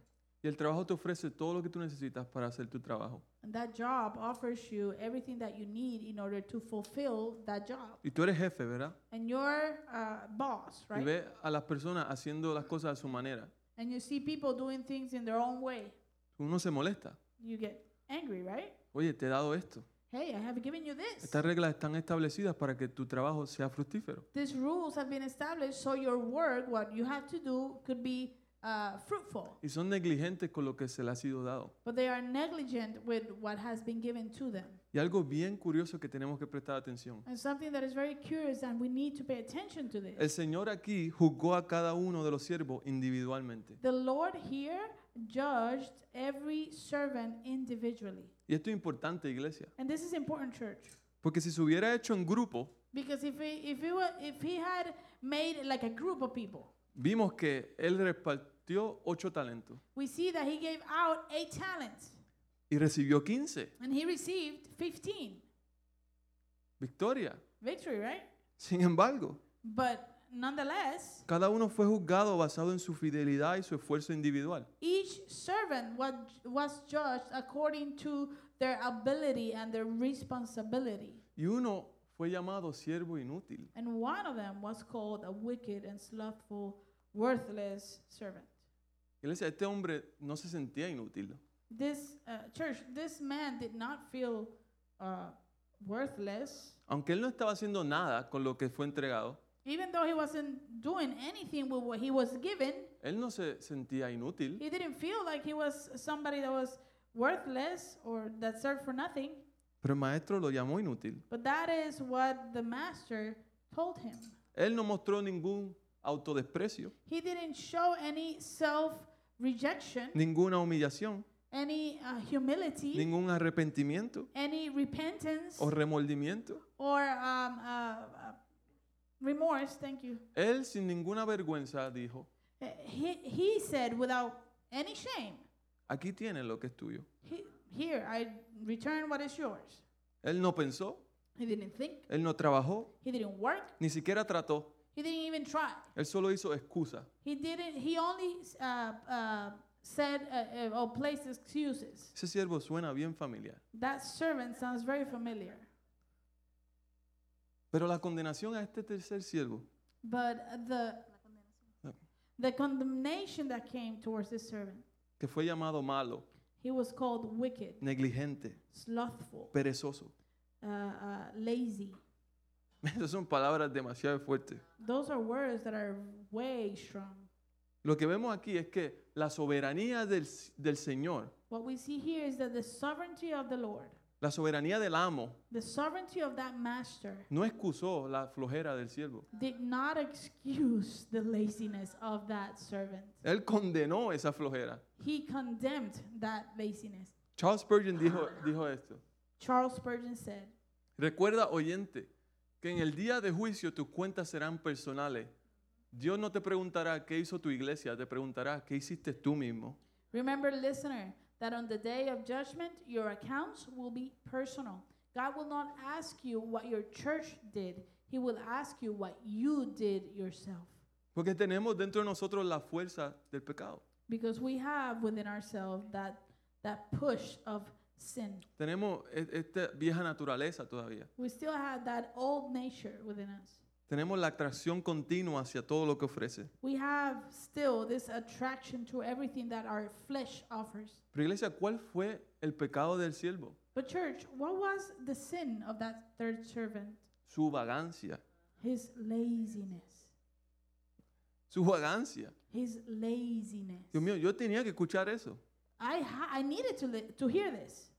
[SPEAKER 1] Y el trabajo te ofrece todo lo que tú necesitas para hacer tu trabajo.
[SPEAKER 2] And that job offers you everything that you need in order to fulfill that job.
[SPEAKER 1] Y tú eres jefe, ¿verdad?
[SPEAKER 2] And you're uh, boss,
[SPEAKER 1] Y
[SPEAKER 2] right?
[SPEAKER 1] ves a las personas haciendo las cosas a su manera.
[SPEAKER 2] And you see people doing things in their own way.
[SPEAKER 1] Uno se molesta.
[SPEAKER 2] You get angry, right?
[SPEAKER 1] Oye, te he dado esto.
[SPEAKER 2] Hey, I have given you this.
[SPEAKER 1] Estas reglas están establecidas para que tu trabajo sea fructífero.
[SPEAKER 2] These rules have been established so your work, what you have to do, could be uh, fruitful.
[SPEAKER 1] Y son negligentes con lo que se le ha sido dado.
[SPEAKER 2] But they are negligent with what has been given to them.
[SPEAKER 1] Y algo bien curioso que tenemos que prestar atención.
[SPEAKER 2] And something that is very curious, and we need to pay attention to
[SPEAKER 1] El
[SPEAKER 2] this.
[SPEAKER 1] Señor aquí juzgó a cada uno de los siervos individualmente.
[SPEAKER 2] The Lord here judged every servant individually.
[SPEAKER 1] Y esto es importante, iglesia.
[SPEAKER 2] And this is important, church,
[SPEAKER 1] Porque si se hubiera hecho en grupo,
[SPEAKER 2] because if he, if he were, if he had made like a group of people,
[SPEAKER 1] vimos que él repartió ocho talentos
[SPEAKER 2] we see that he gave out eight talents
[SPEAKER 1] y recibió 15.
[SPEAKER 2] and he received fifteen.
[SPEAKER 1] Victoria.
[SPEAKER 2] Victory, right?
[SPEAKER 1] Sin embargo,
[SPEAKER 2] But nonetheless,
[SPEAKER 1] cada uno fue juzgado basado en su fidelidad y su esfuerzo individual.
[SPEAKER 2] each servant was was judged according to their ability and their responsibility.
[SPEAKER 1] Y uno fue llamado siervo inútil.
[SPEAKER 2] And one of them was called a wicked and slothful, worthless servant.
[SPEAKER 1] Iglesia, este hombre no se sentía inútil.
[SPEAKER 2] This uh, church, this man did not feel uh, worthless.
[SPEAKER 1] Aunque él no estaba haciendo nada con lo que fue entregado,
[SPEAKER 2] Even though he wasn't doing anything with what he was given,
[SPEAKER 1] él no se sentía inútil.
[SPEAKER 2] he didn't feel like he was somebody that was worthless or that served for nothing.
[SPEAKER 1] Pero el maestro lo llamó inútil.
[SPEAKER 2] But that is what the master told him.
[SPEAKER 1] Él no mostró ningún autodesprecio,
[SPEAKER 2] He didn't show any self rejection,
[SPEAKER 1] ninguna humillación,
[SPEAKER 2] any uh, humility,
[SPEAKER 1] ningún arrepentimiento
[SPEAKER 2] any repentance,
[SPEAKER 1] o remordimiento.
[SPEAKER 2] or um, uh, uh, remorse. Thank you.
[SPEAKER 1] Él sin ninguna vergüenza dijo,
[SPEAKER 2] Uh, He, he said, without any shame,
[SPEAKER 1] aquí tienes lo que es tuyo.
[SPEAKER 2] he, Here, I return what is yours.
[SPEAKER 1] Él no pensó,
[SPEAKER 2] He didn't think,
[SPEAKER 1] él no trabajó,
[SPEAKER 2] he didn't work,
[SPEAKER 1] ni siquiera trató.
[SPEAKER 2] He didn't even try.
[SPEAKER 1] Él solo hizo excusas.
[SPEAKER 2] He didn't. He only uh, uh, said uh, uh, or placed excuses.
[SPEAKER 1] Ese siervo suena bien familiar.
[SPEAKER 2] That servant sounds very familiar.
[SPEAKER 1] Pero la condenación a este tercer siervo
[SPEAKER 2] But the
[SPEAKER 1] No.
[SPEAKER 2] the condemnation that came towards this servant,
[SPEAKER 1] que fue llamado malo,
[SPEAKER 2] he was called wicked,
[SPEAKER 1] negligente,
[SPEAKER 2] slothful,
[SPEAKER 1] perezoso.
[SPEAKER 2] uh, uh, lazy.
[SPEAKER 1] Esas son palabras demasiado fuertes.
[SPEAKER 2] Those are words that are way strong.
[SPEAKER 1] Lo que vemos aquí es que la soberanía del, del Señor,
[SPEAKER 2] What we see here is that the sovereignty of the Lord,
[SPEAKER 1] la soberanía del amo,
[SPEAKER 2] the sovereignty of that master,
[SPEAKER 1] no excusó la flojera del siervo.
[SPEAKER 2] did not excuse the laziness of that servant.
[SPEAKER 1] Él condenó esa flojera.
[SPEAKER 2] He condemned that laziness.
[SPEAKER 1] Charles Spurgeon dijo, dijo esto.
[SPEAKER 2] Charles Spurgeon said,
[SPEAKER 1] Recuerda, oyente, que en el día de juicio tus cuentas serán personales. Dios no te preguntará qué hizo tu iglesia, te preguntará qué hiciste tú mismo.
[SPEAKER 2] Remember, listener, that on the day of judgment, your accounts will be personal. God will not ask you what your church did, He will ask you what you did yourself.
[SPEAKER 1] Porque tenemos dentro de nosotros la fuerza del pecado.
[SPEAKER 2] Because we have within ourselves that, that push of sin.
[SPEAKER 1] Tenemos e- esta vieja naturaleza todavía.
[SPEAKER 2] We still have that old nature within us.
[SPEAKER 1] Tenemos la atracción continua hacia todo lo que ofrece.
[SPEAKER 2] We have still this attraction to everything that our flesh offers.
[SPEAKER 1] Pero iglesia, ¿cuál fue el pecado del siervo?
[SPEAKER 2] But, church, what was the sin of that third servant?
[SPEAKER 1] Su vagancia.
[SPEAKER 2] His laziness.
[SPEAKER 1] Su vagancia.
[SPEAKER 2] His laziness.
[SPEAKER 1] Dios mío, yo tenía que escuchar eso.
[SPEAKER 2] I, ha- I needed to, li- to hear this.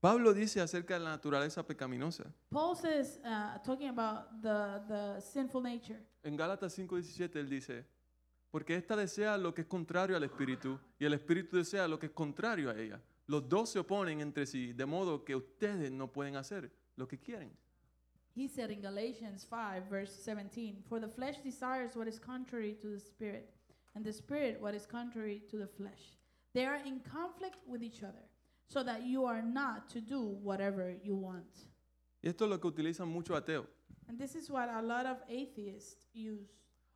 [SPEAKER 1] Pablo dice acerca de la naturaleza pecaminosa.
[SPEAKER 2] Paul says, uh, talking about the, the sinful nature.
[SPEAKER 1] En Gálatas 5:17 él dice, porque ésta desea lo que es contrario al espíritu y el espíritu desea lo que es contrario a ella. Los dos se oponen entre sí, de modo que ustedes no pueden hacer lo que quieren.
[SPEAKER 2] He said in Galatians 5, verse 17, For the flesh desires what is contrary to the spirit, and the spirit what is contrary to the flesh. They are in conflict with each other, so that you are not to do whatever you want.
[SPEAKER 1] Y esto es lo que utilizan muchos ateos.
[SPEAKER 2] And this is what a lot of atheists use.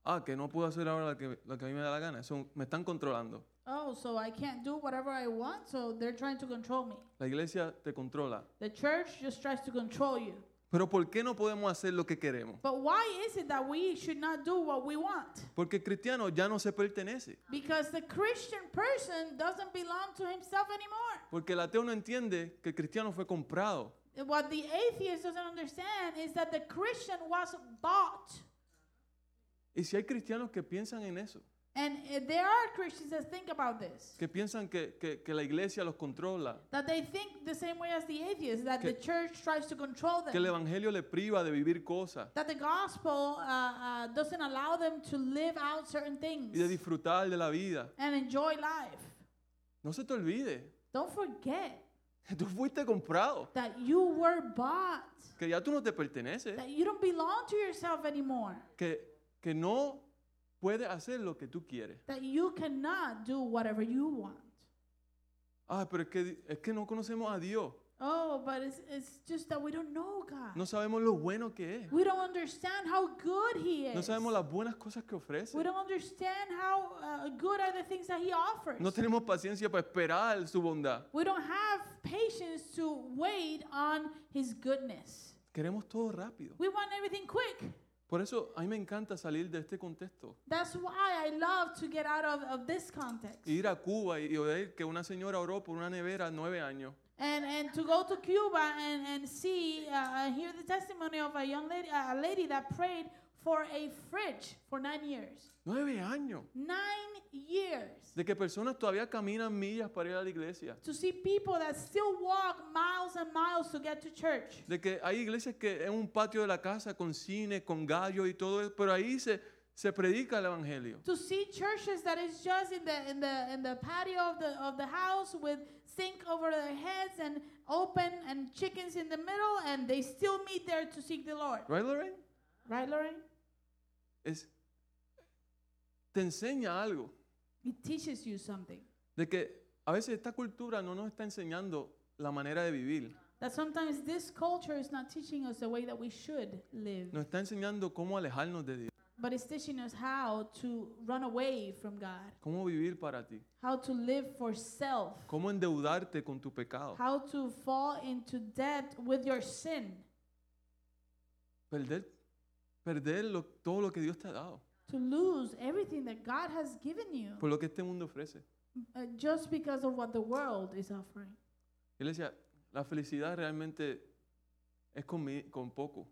[SPEAKER 1] Ah, que no puedo hacer ahora lo que, lo que a mí me da la gana. Eso me están controlando.
[SPEAKER 2] Oh, so I can't do whatever I want, so they're trying to control me.
[SPEAKER 1] La iglesia te controla.
[SPEAKER 2] The church just tries to control you.
[SPEAKER 1] Pero ¿por qué no podemos hacer lo que queremos?
[SPEAKER 2] But why is it that we should not do what we want?
[SPEAKER 1] Porque el cristiano ya no se pertenece.
[SPEAKER 2] Because the Christian person doesn't belong to himself anymore.
[SPEAKER 1] Porque el ateo no entiende que el cristiano fue comprado.
[SPEAKER 2] What the atheist doesn't understand is that the Christian was bought.
[SPEAKER 1] Y si hay cristianos que piensan en eso,
[SPEAKER 2] And uh, there are Christians that think about this.
[SPEAKER 1] que piensan que, que- que la iglesia los controla,
[SPEAKER 2] That they think the same way as the atheists, that the
[SPEAKER 1] Que-
[SPEAKER 2] church tries to control
[SPEAKER 1] que el
[SPEAKER 2] them.
[SPEAKER 1] evangelio le priva de vivir cosas
[SPEAKER 2] That the gospel uh, uh, doesn't allow them to live out
[SPEAKER 1] y
[SPEAKER 2] certain
[SPEAKER 1] de
[SPEAKER 2] things
[SPEAKER 1] disfrutar de la vida.
[SPEAKER 2] and enjoy life.
[SPEAKER 1] No se te olvide,
[SPEAKER 2] Don't forget
[SPEAKER 1] que tú fuiste comprado,
[SPEAKER 2] that you were bought,
[SPEAKER 1] que ya tú no te perteneces,
[SPEAKER 2] that you don't belong to yourself anymore,
[SPEAKER 1] que, que no puedes hacer lo que tú quieres.
[SPEAKER 2] that you cannot do whatever you want.
[SPEAKER 1] Ah, pero es que, es que no conocemos a Dios,
[SPEAKER 2] Oh, but it's, it's just that we don't know God.
[SPEAKER 1] no sabemos lo bueno que es,
[SPEAKER 2] We don't understand how good he is.
[SPEAKER 1] no sabemos las buenas cosas que ofrece,
[SPEAKER 2] we don't understand how uh, good are the things that he offers.
[SPEAKER 1] no tenemos paciencia para esperar su bondad.
[SPEAKER 2] we don't have patience to wait on his goodness.
[SPEAKER 1] Queremos todo rápido.
[SPEAKER 2] We want everything quick.
[SPEAKER 1] Por eso a mí me encanta salir de este contexto.
[SPEAKER 2] That's why I love to get out of, of this context.
[SPEAKER 1] Ir a Cuba y y oír que una señora oró por una nevera nueve años.
[SPEAKER 2] And, and to go to Cuba and, and see, uh, uh, hear the testimony of a young lady, a lady that prayed for a fridge for nine years.
[SPEAKER 1] Nueve años.
[SPEAKER 2] Nine years.
[SPEAKER 1] De que personas todavía caminan millas para ir a la iglesia.
[SPEAKER 2] to see people that still walk miles and miles to get to church.
[SPEAKER 1] De que hay iglesias que es un patio de la casa con cine, con gallos y todo eso. Pero ahí se, se predica el evangelio.
[SPEAKER 2] To see churches that is just in the in the in the patio of the of the house with sink over their heads and open and chickens in the middle and they still meet there to seek the Lord.
[SPEAKER 1] ¿Right, Lorraine?
[SPEAKER 2] Right, Lorraine?
[SPEAKER 1] Es, te enseña algo.
[SPEAKER 2] It teaches you something.
[SPEAKER 1] De que a veces esta cultura no nos está enseñando la manera de vivir.
[SPEAKER 2] That sometimes this culture is not teaching us the way that we should live,
[SPEAKER 1] Nos está enseñando cómo alejarnos de Dios.
[SPEAKER 2] but it's teaching us how to run away from God,
[SPEAKER 1] Cómo vivir para ti.
[SPEAKER 2] how to live for self,
[SPEAKER 1] Cómo endeudarte con tu pecado.
[SPEAKER 2] how to fall into debt with your sin.
[SPEAKER 1] Perder, perder lo- todo lo que Dios te ha dado.
[SPEAKER 2] to lose everything that God has given you
[SPEAKER 1] Por lo que este mundo ofrece.
[SPEAKER 2] uh, just because of what the world is offering.
[SPEAKER 1] Iglesia, la felicidad realmente es con, mi- con poco.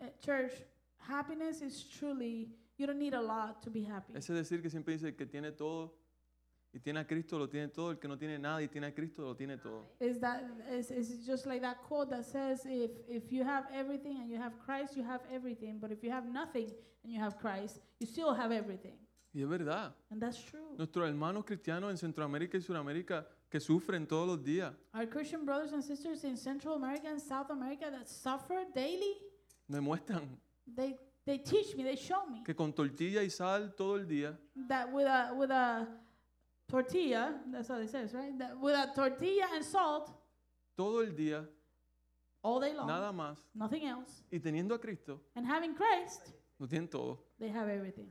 [SPEAKER 2] Uh, church, happiness is truly, you don't need a lot to be happy.
[SPEAKER 1] Ese decir que siempre dice el que tiene todo y tiene a Cristo lo tiene todo, el que no tiene nada y tiene a Cristo lo tiene todo.
[SPEAKER 2] Is that is, is just like that quote that says if if you have everything and you have Christ, you have everything. But if you have nothing and you have Christ, you still have everything.
[SPEAKER 1] Y es verdad.
[SPEAKER 2] And that's true.
[SPEAKER 1] Nuestros hermanos cristianos en Centroamérica y Sudamérica que sufren todos los días,
[SPEAKER 2] Our Christian brothers and sisters in Central America and South America that suffer daily,
[SPEAKER 1] me muestran
[SPEAKER 2] they they teach me, they show me
[SPEAKER 1] que con tortilla y sal todo el día
[SPEAKER 2] that with a with a tortilla, that's what it says, right? That with a tortilla and salt
[SPEAKER 1] todo el día,
[SPEAKER 2] all day long,
[SPEAKER 1] nada más.
[SPEAKER 2] nothing else,
[SPEAKER 1] Y teniendo a Cristo,
[SPEAKER 2] and having Christ,
[SPEAKER 1] lo tienen todo.
[SPEAKER 2] they have everything.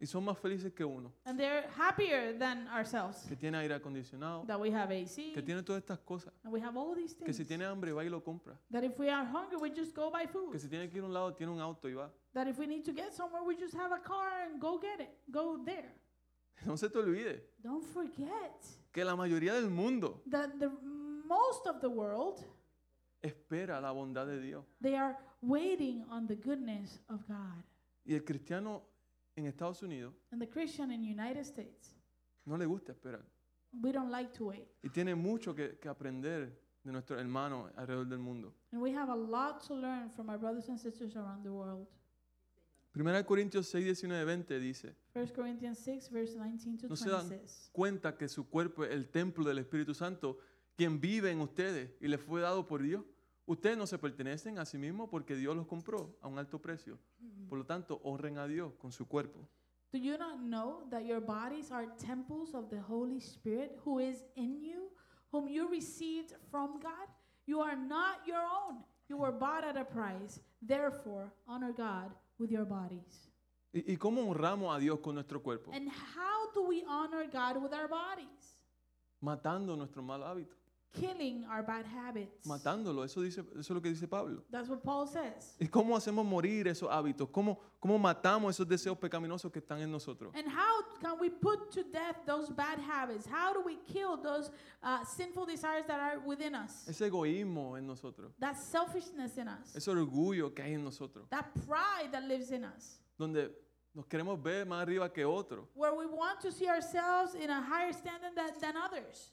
[SPEAKER 1] Y son más felices que uno,
[SPEAKER 2] And they're happier than ourselves
[SPEAKER 1] que tiene aire acondicionado,
[SPEAKER 2] that we have AC,
[SPEAKER 1] que tiene todas estas cosas,
[SPEAKER 2] And we have all these
[SPEAKER 1] que
[SPEAKER 2] things.
[SPEAKER 1] si tiene hambre va y lo compra,
[SPEAKER 2] that if we are hungry, we just go buy
[SPEAKER 1] que
[SPEAKER 2] food.
[SPEAKER 1] si tiene que ir a un lado tiene un auto y va.
[SPEAKER 2] That if we need to get somewhere, we just have a car and go get it. Go there.
[SPEAKER 1] No se te olvide
[SPEAKER 2] Don't forget
[SPEAKER 1] que la mayoría del mundo
[SPEAKER 2] that the most of the world
[SPEAKER 1] espera la bondad de Dios.
[SPEAKER 2] they are waiting on the goodness of God.
[SPEAKER 1] Y el cristiano en Estados Unidos
[SPEAKER 2] And the Christian in the United States,
[SPEAKER 1] no le gusta esperar.
[SPEAKER 2] we don't like to wait.
[SPEAKER 1] Y tiene mucho que, que aprender de nuestros hermanos alrededor del mundo.
[SPEAKER 2] And we have a lot to learn from our brothers and sisters around the world.
[SPEAKER 1] Primera de Corintios 6, 19, 20 dice,
[SPEAKER 2] 1 Corinthians 6, verse 19 to
[SPEAKER 1] No se
[SPEAKER 2] 20
[SPEAKER 1] dan
[SPEAKER 2] says,
[SPEAKER 1] cuenta que su cuerpo es el templo del Espíritu Santo, quien vive en ustedes y les fue dado por Dios. Ustedes no se pertenecen a sí mismos porque Dios los compró a un alto precio. Por lo tanto, honren a Dios con su cuerpo.
[SPEAKER 2] Do you not know that your bodies are temples of the Holy Spirit who is in you, whom you received from God? You are not your own. You were bought at a price. Therefore, honor God with your bodies.
[SPEAKER 1] ¿Y, y cómo honramos a Dios con nuestro cuerpo?
[SPEAKER 2] And how do we honor God with our bodies?
[SPEAKER 1] Matando nuestro mal hábito.
[SPEAKER 2] Killing our bad habits.
[SPEAKER 1] Matándolo, eso, dice, eso es lo que dice Pablo.
[SPEAKER 2] That's what Paul says.
[SPEAKER 1] ¿Y cómo hacemos morir esos hábitos? ¿Cómo, ¿Cómo matamos esos deseos pecaminosos que están en nosotros?
[SPEAKER 2] And how can we put to death those bad habits? How do we kill those uh, sinful desires that are within us?
[SPEAKER 1] Ese egoísmo en nosotros,
[SPEAKER 2] That selfishness in us.
[SPEAKER 1] ese orgullo que hay en nosotros,
[SPEAKER 2] that pride that lives in us,
[SPEAKER 1] donde nos queremos ver más arriba que otro.
[SPEAKER 2] where we want to see ourselves in a higher standing than, than others.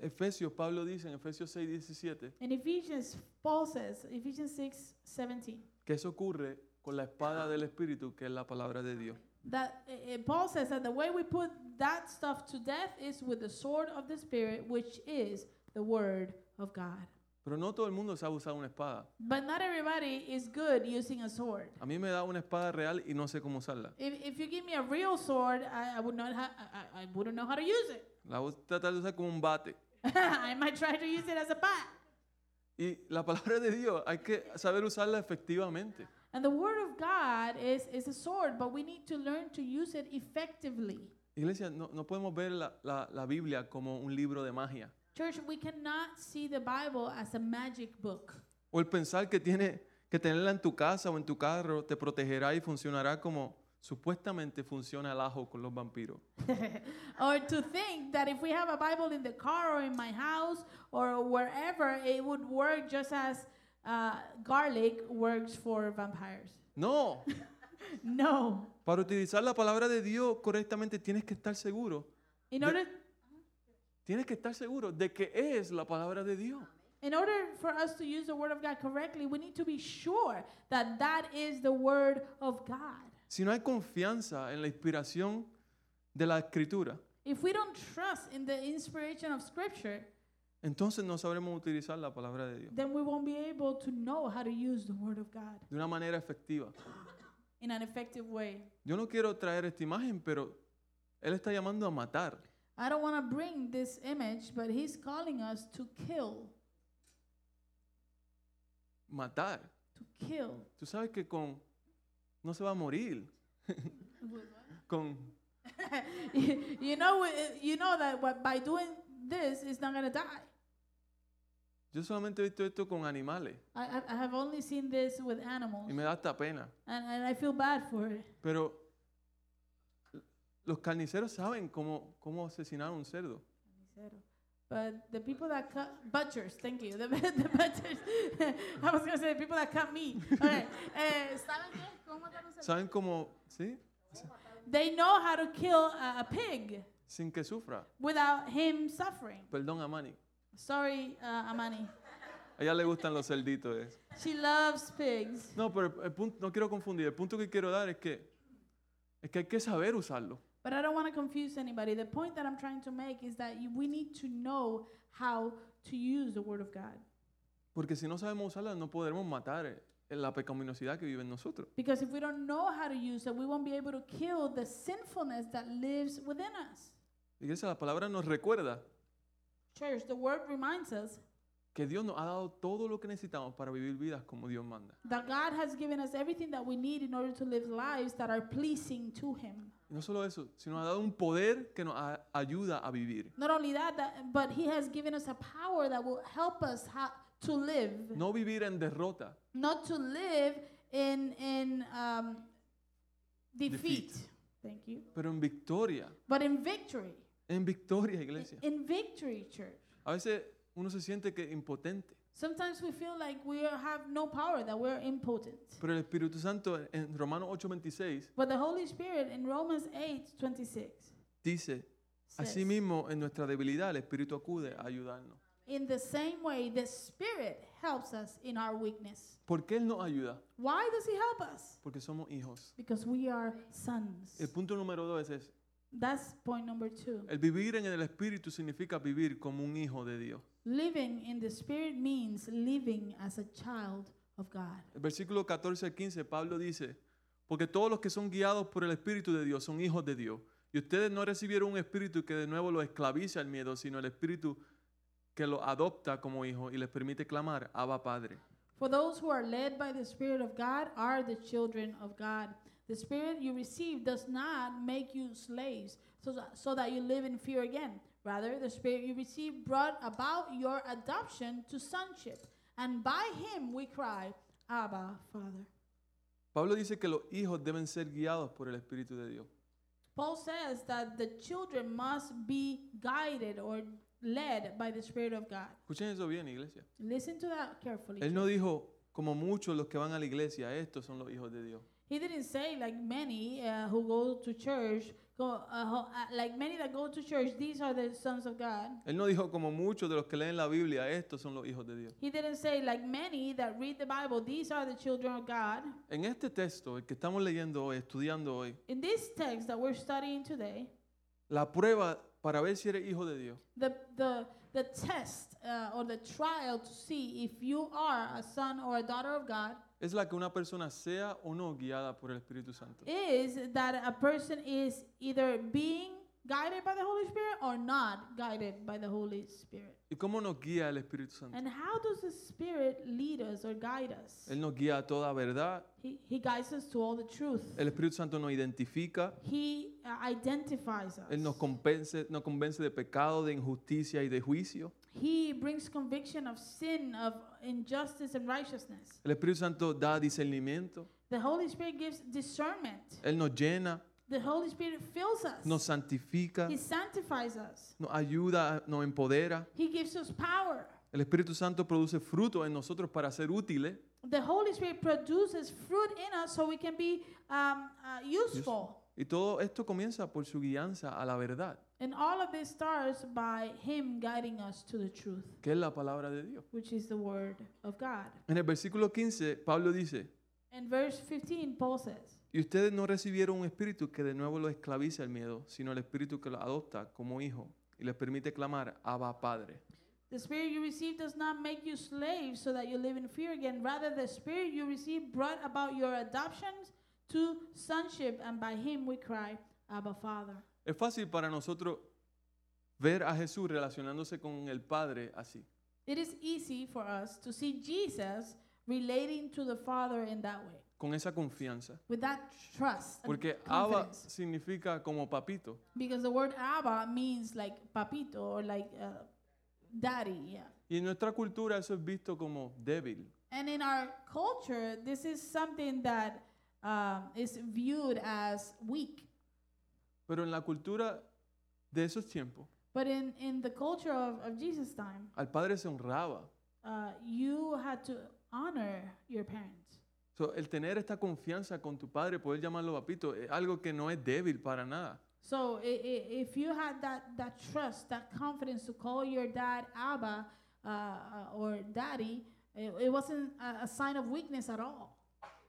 [SPEAKER 1] Efesios, Pablo dice en Efesios 6, 17,
[SPEAKER 2] In Ephesians, Paul says, Ephesians 6 17,
[SPEAKER 1] que eso ocurre con la espada del Espíritu, que es la palabra de Dios.
[SPEAKER 2] that uh, uh, Paul says that the way we put that stuff to death is with the sword of the Spirit, which is the word of God.
[SPEAKER 1] Pero no todo el mundo sabe usar una espada.
[SPEAKER 2] But not everybody is good using a sword.
[SPEAKER 1] A mí me da una espada real y no sé cómo usarla.
[SPEAKER 2] If, if you give me a real sword, I, I would not ha- I, I I wouldn't know how to use it.
[SPEAKER 1] La voy a tratar de usar como un bate.
[SPEAKER 2] I might try to use it as a bat.
[SPEAKER 1] Y la palabra de Dios hay que saber usarla efectivamente.
[SPEAKER 2] And the word of God is, is a sword, but we need to learn to use it effectively.
[SPEAKER 1] Iglesia, no, no podemos ver la, la- la Biblia como un libro de magia.
[SPEAKER 2] Church, we cannot see the Bible as a magic book
[SPEAKER 1] O el pensar que, tiene, que tenerla en tu casa o en tu carro te protegerá y funcionará como supuestamente funciona el ajo con los vampiros.
[SPEAKER 2] or to think that if we have a Bible in the car or in my house or wherever, it would work just as uh, garlic works for vampires.
[SPEAKER 1] No,
[SPEAKER 2] No.
[SPEAKER 1] para utilizar la palabra de Dios correctamente tienes que estar seguro.
[SPEAKER 2] In
[SPEAKER 1] The-
[SPEAKER 2] order,
[SPEAKER 1] Tienes que estar seguro de que es la palabra de Dios.
[SPEAKER 2] in order for us to use the word of God correctly, we need to be sure that that is the word of God.
[SPEAKER 1] Si no hay confianza en la inspiración de la escritura,
[SPEAKER 2] If we don't trust in the inspiration of Scripture,
[SPEAKER 1] entonces no sabremos utilizar la palabra de Dios
[SPEAKER 2] then we won't be able to know how to use the Word of God
[SPEAKER 1] de una manera efectiva.
[SPEAKER 2] in an effective way.
[SPEAKER 1] Yo no quiero traer esta imagen, pero Él está llamando a matar.
[SPEAKER 2] I don't want to bring this image, but He's calling us to kill,
[SPEAKER 1] Matar.
[SPEAKER 2] to kill.
[SPEAKER 1] Tú sabes que con... No se va a morir. Con...
[SPEAKER 2] you know, it- you know that what- by doing this, it's not gonna die.
[SPEAKER 1] Yo solamente he visto esto con animales
[SPEAKER 2] I, I, I have only seen this with animals,
[SPEAKER 1] y me da hasta pena.
[SPEAKER 2] and, and I feel bad for it.
[SPEAKER 1] Pero los carniceros saben cómo, cómo asesinar a un cerdo.
[SPEAKER 2] But the people that cut butchers, thank you, the, the butchers. I was gonna say the people that cut meat. Okay. Eh, ¿saben qué? ¿Cómo matar un cerdo?
[SPEAKER 1] ¿Saben cómo? ¿Sí?
[SPEAKER 2] They know how to kill a, a pig
[SPEAKER 1] Sin que sufra.
[SPEAKER 2] without him suffering.
[SPEAKER 1] Perdón a Manny.
[SPEAKER 2] Sorry, uh, Amani.
[SPEAKER 1] A ella le gustan los cerditos. eh.
[SPEAKER 2] She loves pigs.
[SPEAKER 1] No, pero el- el punto- no quiero confundir. El punto que quiero dar es que, es que hay que saber usarlo.
[SPEAKER 2] But I don't want to confuse anybody. The point that I'm trying to make is that you- we need to know how to use the Word of God.
[SPEAKER 1] Porque si no sabemos usarla, no podremos matar eh, la pecaminosidad que vive en nosotros.
[SPEAKER 2] Because if we don't know how to use it, we won't be able to kill the sinfulness that lives within us.
[SPEAKER 1] Iglesia, la palabra nos recuerda
[SPEAKER 2] Church, the Word reminds us
[SPEAKER 1] que Dios nos ha dado todo lo que necesitamos para vivir vidas como Dios manda.
[SPEAKER 2] that God has given us everything that we need in order to live lives that are pleasing to Him.
[SPEAKER 1] Y no solo eso, sino nos ha dado un poder que nos a- ayuda a vivir.
[SPEAKER 2] Not only that, that but He has given us a power that will help us how to live,
[SPEAKER 1] No vivir en derrota,
[SPEAKER 2] not to live in in um, defeat.
[SPEAKER 1] Defeat.
[SPEAKER 2] Thank you.
[SPEAKER 1] pero en victoria.
[SPEAKER 2] But in victory,
[SPEAKER 1] En victoria,
[SPEAKER 2] in,
[SPEAKER 1] iglesia.
[SPEAKER 2] in victory, church.
[SPEAKER 1] A veces uno se siente que impotente,
[SPEAKER 2] Sometimes we feel like we are- have no power, that we're impotent.
[SPEAKER 1] pero el Espíritu Santo en- en Romanos 8:26
[SPEAKER 2] But the Holy Spirit in Romans 8 26
[SPEAKER 1] dice,
[SPEAKER 2] says,
[SPEAKER 1] asimismo en nuestra debilidad el Espíritu acude a ayudarnos.
[SPEAKER 2] In the same way, the Spirit helps us in our weakness.
[SPEAKER 1] ¿Por qué Él nos ayuda?
[SPEAKER 2] Why does He help us?
[SPEAKER 1] Porque somos hijos.
[SPEAKER 2] Because we are sons.
[SPEAKER 1] El punto número dos es,
[SPEAKER 2] That's point number two.
[SPEAKER 1] el vivir en el Espíritu significa vivir como un hijo de Dios.
[SPEAKER 2] Living in the Spirit means living as a child of God.
[SPEAKER 1] El versículo 14 al 15, Pablo dice, porque todos los que son guiados por el Espíritu de Dios son hijos de Dios. Y ustedes no recibieron un espíritu que de nuevo los esclaviza al miedo, sino el espíritu que los adopta como hijos y les permite clamar, Abba Padre.
[SPEAKER 2] For those who are led by the Spirit of God are the children of God. The Spirit you receive does not make you slaves so that, so that you live in fear again. Rather, the Spirit you receive brought about your adoption to sonship. And by Him we cry, Abba, Father.
[SPEAKER 1] Pablo dice que los hijos deben ser guiados por el Espíritu de Dios.
[SPEAKER 2] Paul says that the children must be guided or led by the Spirit of God.
[SPEAKER 1] Escuchen eso bien, iglesia.
[SPEAKER 2] Listen to that carefully.
[SPEAKER 1] Él no dijo, como muchos los que van a la iglesia, estos son los hijos de Dios.
[SPEAKER 2] He didn't say like many uh, who go to church, go uh, ho- uh, like many that go to church. These are the sons of God.
[SPEAKER 1] Él no dijo, como muchos de los que leen la Biblia, estos son los hijos de Dios.
[SPEAKER 2] He didn't say like many that read the Bible. These are the children of God.
[SPEAKER 1] En este texto, el que estamos leyendo hoy, estudiando hoy,
[SPEAKER 2] In this text that we're studying today,
[SPEAKER 1] La prueba para ver si eres hijo de Dios
[SPEAKER 2] the the the test uh, or the trial to see if you are a son or a daughter of God
[SPEAKER 1] es la que una persona sea o no guiada por el Espíritu Santo.
[SPEAKER 2] is that a person is either being guided by the Holy Spirit or not guided by the Holy Spirit.
[SPEAKER 1] ¿Y cómo nos guía el Espíritu Santo?
[SPEAKER 2] And how does the Spirit lead us or guide us?
[SPEAKER 1] Él nos guía a toda verdad,
[SPEAKER 2] He, he guides us to all the truth.
[SPEAKER 1] el Espíritu Santo nos identifica,
[SPEAKER 2] He uh, identifies us.
[SPEAKER 1] Él nos convence, nos convence de pecado, de injusticia y de juicio.
[SPEAKER 2] he brings conviction of sin, of injustice, and righteousness.
[SPEAKER 1] El Espíritu Santo da discernimiento,
[SPEAKER 2] The Holy Spirit gives discernment.
[SPEAKER 1] Él nos llena,
[SPEAKER 2] The Holy Spirit fills us.
[SPEAKER 1] nos santifica,
[SPEAKER 2] He sanctifies us.
[SPEAKER 1] nos ayuda, nos empodera.
[SPEAKER 2] He gives us power.
[SPEAKER 1] El Espíritu Santo produce fruto en nosotros para ser útiles
[SPEAKER 2] The Holy Spirit produces fruit in us so we can be um, uh, useful.
[SPEAKER 1] y todo esto comienza por su guianza a la verdad,
[SPEAKER 2] And all of this starts by Him guiding us to the truth,
[SPEAKER 1] que es la palabra de Dios.
[SPEAKER 2] which is the Word of God.
[SPEAKER 1] En el versículo 15, Pablo dice,
[SPEAKER 2] In verse 15, Paul says,
[SPEAKER 1] y ustedes no recibieron un espíritu que de nuevo los esclavice al miedo, sino el espíritu que los adopta como hijo y les permite clamar, Abba Padre.
[SPEAKER 2] The spirit you received does not make you slaves so that you live in fear again. Rather, the spirit you received brought about your adoption to sonship, and by him we cry, Abba, Father.
[SPEAKER 1] Es fácil para nosotros ver a Jesús relacionándose con el Padre así.
[SPEAKER 2] It is easy for us to see Jesus relating to the Father in that way,
[SPEAKER 1] Con esa confianza.
[SPEAKER 2] with that trust and
[SPEAKER 1] Porque Abba
[SPEAKER 2] confidence.
[SPEAKER 1] significa como papito.
[SPEAKER 2] Because the word Abba means like papito or like uh, daddy, yeah.
[SPEAKER 1] Y en nuestra cultura eso es visto como débil.
[SPEAKER 2] And in our culture, this is something that um, is viewed as weak.
[SPEAKER 1] Pero en la cultura de esos tiempos,
[SPEAKER 2] But in, in the culture of, of Jesus' time,
[SPEAKER 1] Al padre se honraba.
[SPEAKER 2] uh, you had to honor your parents.
[SPEAKER 1] So, el tener esta confianza con tu padre, poder llamarlo papito, es algo que no es débil para nada.
[SPEAKER 2] So i- i- if you had that, that trust, that confidence to call your dad Abba uh, uh, or Daddy, it, it wasn't a, a sign of weakness at all.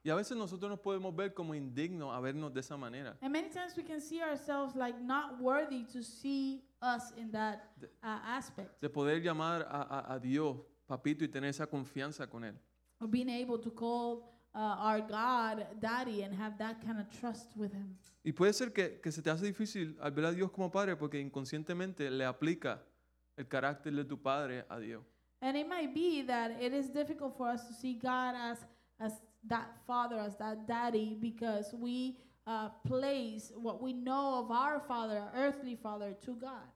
[SPEAKER 1] Y a veces nosotros nos podemos ver como indignos a vernos de esa manera.
[SPEAKER 2] And many times we can see ourselves like not worthy to see us in that
[SPEAKER 1] The-
[SPEAKER 2] uh, aspect.
[SPEAKER 1] de poder llamar a, a- a Dios, papito, y tener esa confianza con Él.
[SPEAKER 2] or being able to call uh, our God daddy and have that kind of trust with him.
[SPEAKER 1] Y puede ser que, que se te hace difícil al ver a Dios como padre porque inconscientemente le aplica el carácter de tu padre a Dios.
[SPEAKER 2] And it might be that it is difficult for us to see God as as that father, as that daddy, because we uh, place what we know of our father, our earthly father, to God.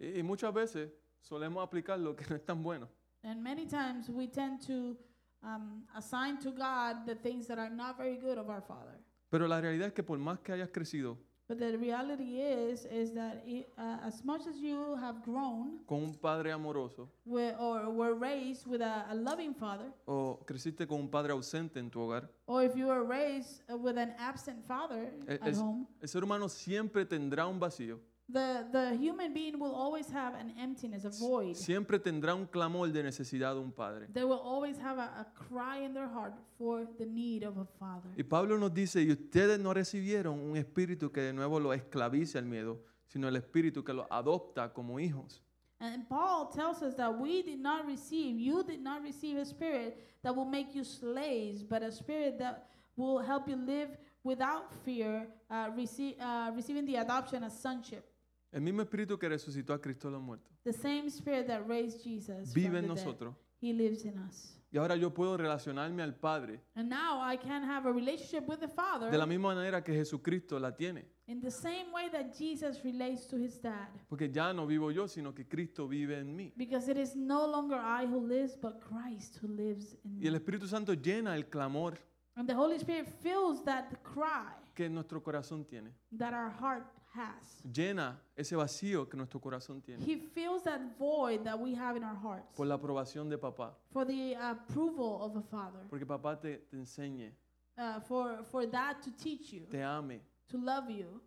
[SPEAKER 1] Y, y muchas veces solemos aplicar lo que no es tan bueno.
[SPEAKER 2] And many times we tend to um, assign to God the things that are not very good of our father.
[SPEAKER 1] Pero la realidad es que por más que hayas crecido
[SPEAKER 2] But the reality is, is that it, uh, as much as you have grown
[SPEAKER 1] con un padre amoroso
[SPEAKER 2] wi- or were raised with a, a loving father,
[SPEAKER 1] o creciste con un padre ausente en tu hogar,
[SPEAKER 2] Or if you were raised uh, with an absent father
[SPEAKER 1] E-
[SPEAKER 2] at
[SPEAKER 1] es-
[SPEAKER 2] home,
[SPEAKER 1] el ser humano siempre tendrá un vacío,
[SPEAKER 2] the, the human being will always have an emptiness, a void.
[SPEAKER 1] siempre tendrá un clamor de necesidad de un padre.
[SPEAKER 2] They will always have a, a cry in their heart for the need of a father.
[SPEAKER 1] Y Pablo nos dice, y ustedes no recibieron un espíritu que de nuevo los esclavice al miedo, sino el espíritu que los adopta como hijos.
[SPEAKER 2] And Paul tells us that we did not receive, you did not receive a spirit that will make you slaves, but a spirit that will help you live without fear, uh, rece- uh, receiving the adoption as sonship.
[SPEAKER 1] El mismo espíritu que resucitó a Cristo de los muertos
[SPEAKER 2] The same spirit that raised Jesus from
[SPEAKER 1] vive en
[SPEAKER 2] the dead,
[SPEAKER 1] nosotros.
[SPEAKER 2] He lives in us.
[SPEAKER 1] Y ahora yo puedo relacionarme al Padre
[SPEAKER 2] And now I can have a relationship with the Father
[SPEAKER 1] de la misma manera que Jesucristo la tiene.
[SPEAKER 2] in the same way that Jesus relates to his dad.
[SPEAKER 1] Porque ya no vivo yo, sino que Cristo vive en mí.
[SPEAKER 2] Because it is no longer I who lives, but Christ who lives in
[SPEAKER 1] Y el
[SPEAKER 2] me.
[SPEAKER 1] Espíritu Santo llena el clamor
[SPEAKER 2] And the Holy Spirit fills that cry
[SPEAKER 1] que nuestro corazón tiene.
[SPEAKER 2] that our heart has.
[SPEAKER 1] Llena ese vacío que nuestro corazón tiene
[SPEAKER 2] He fills that void that we have in our hearts
[SPEAKER 1] por la aprobación de papá.
[SPEAKER 2] for the approval of a father,
[SPEAKER 1] Porque papá te, te enseñe,
[SPEAKER 2] uh, for, for that to teach you,
[SPEAKER 1] te ame,
[SPEAKER 2] to love you,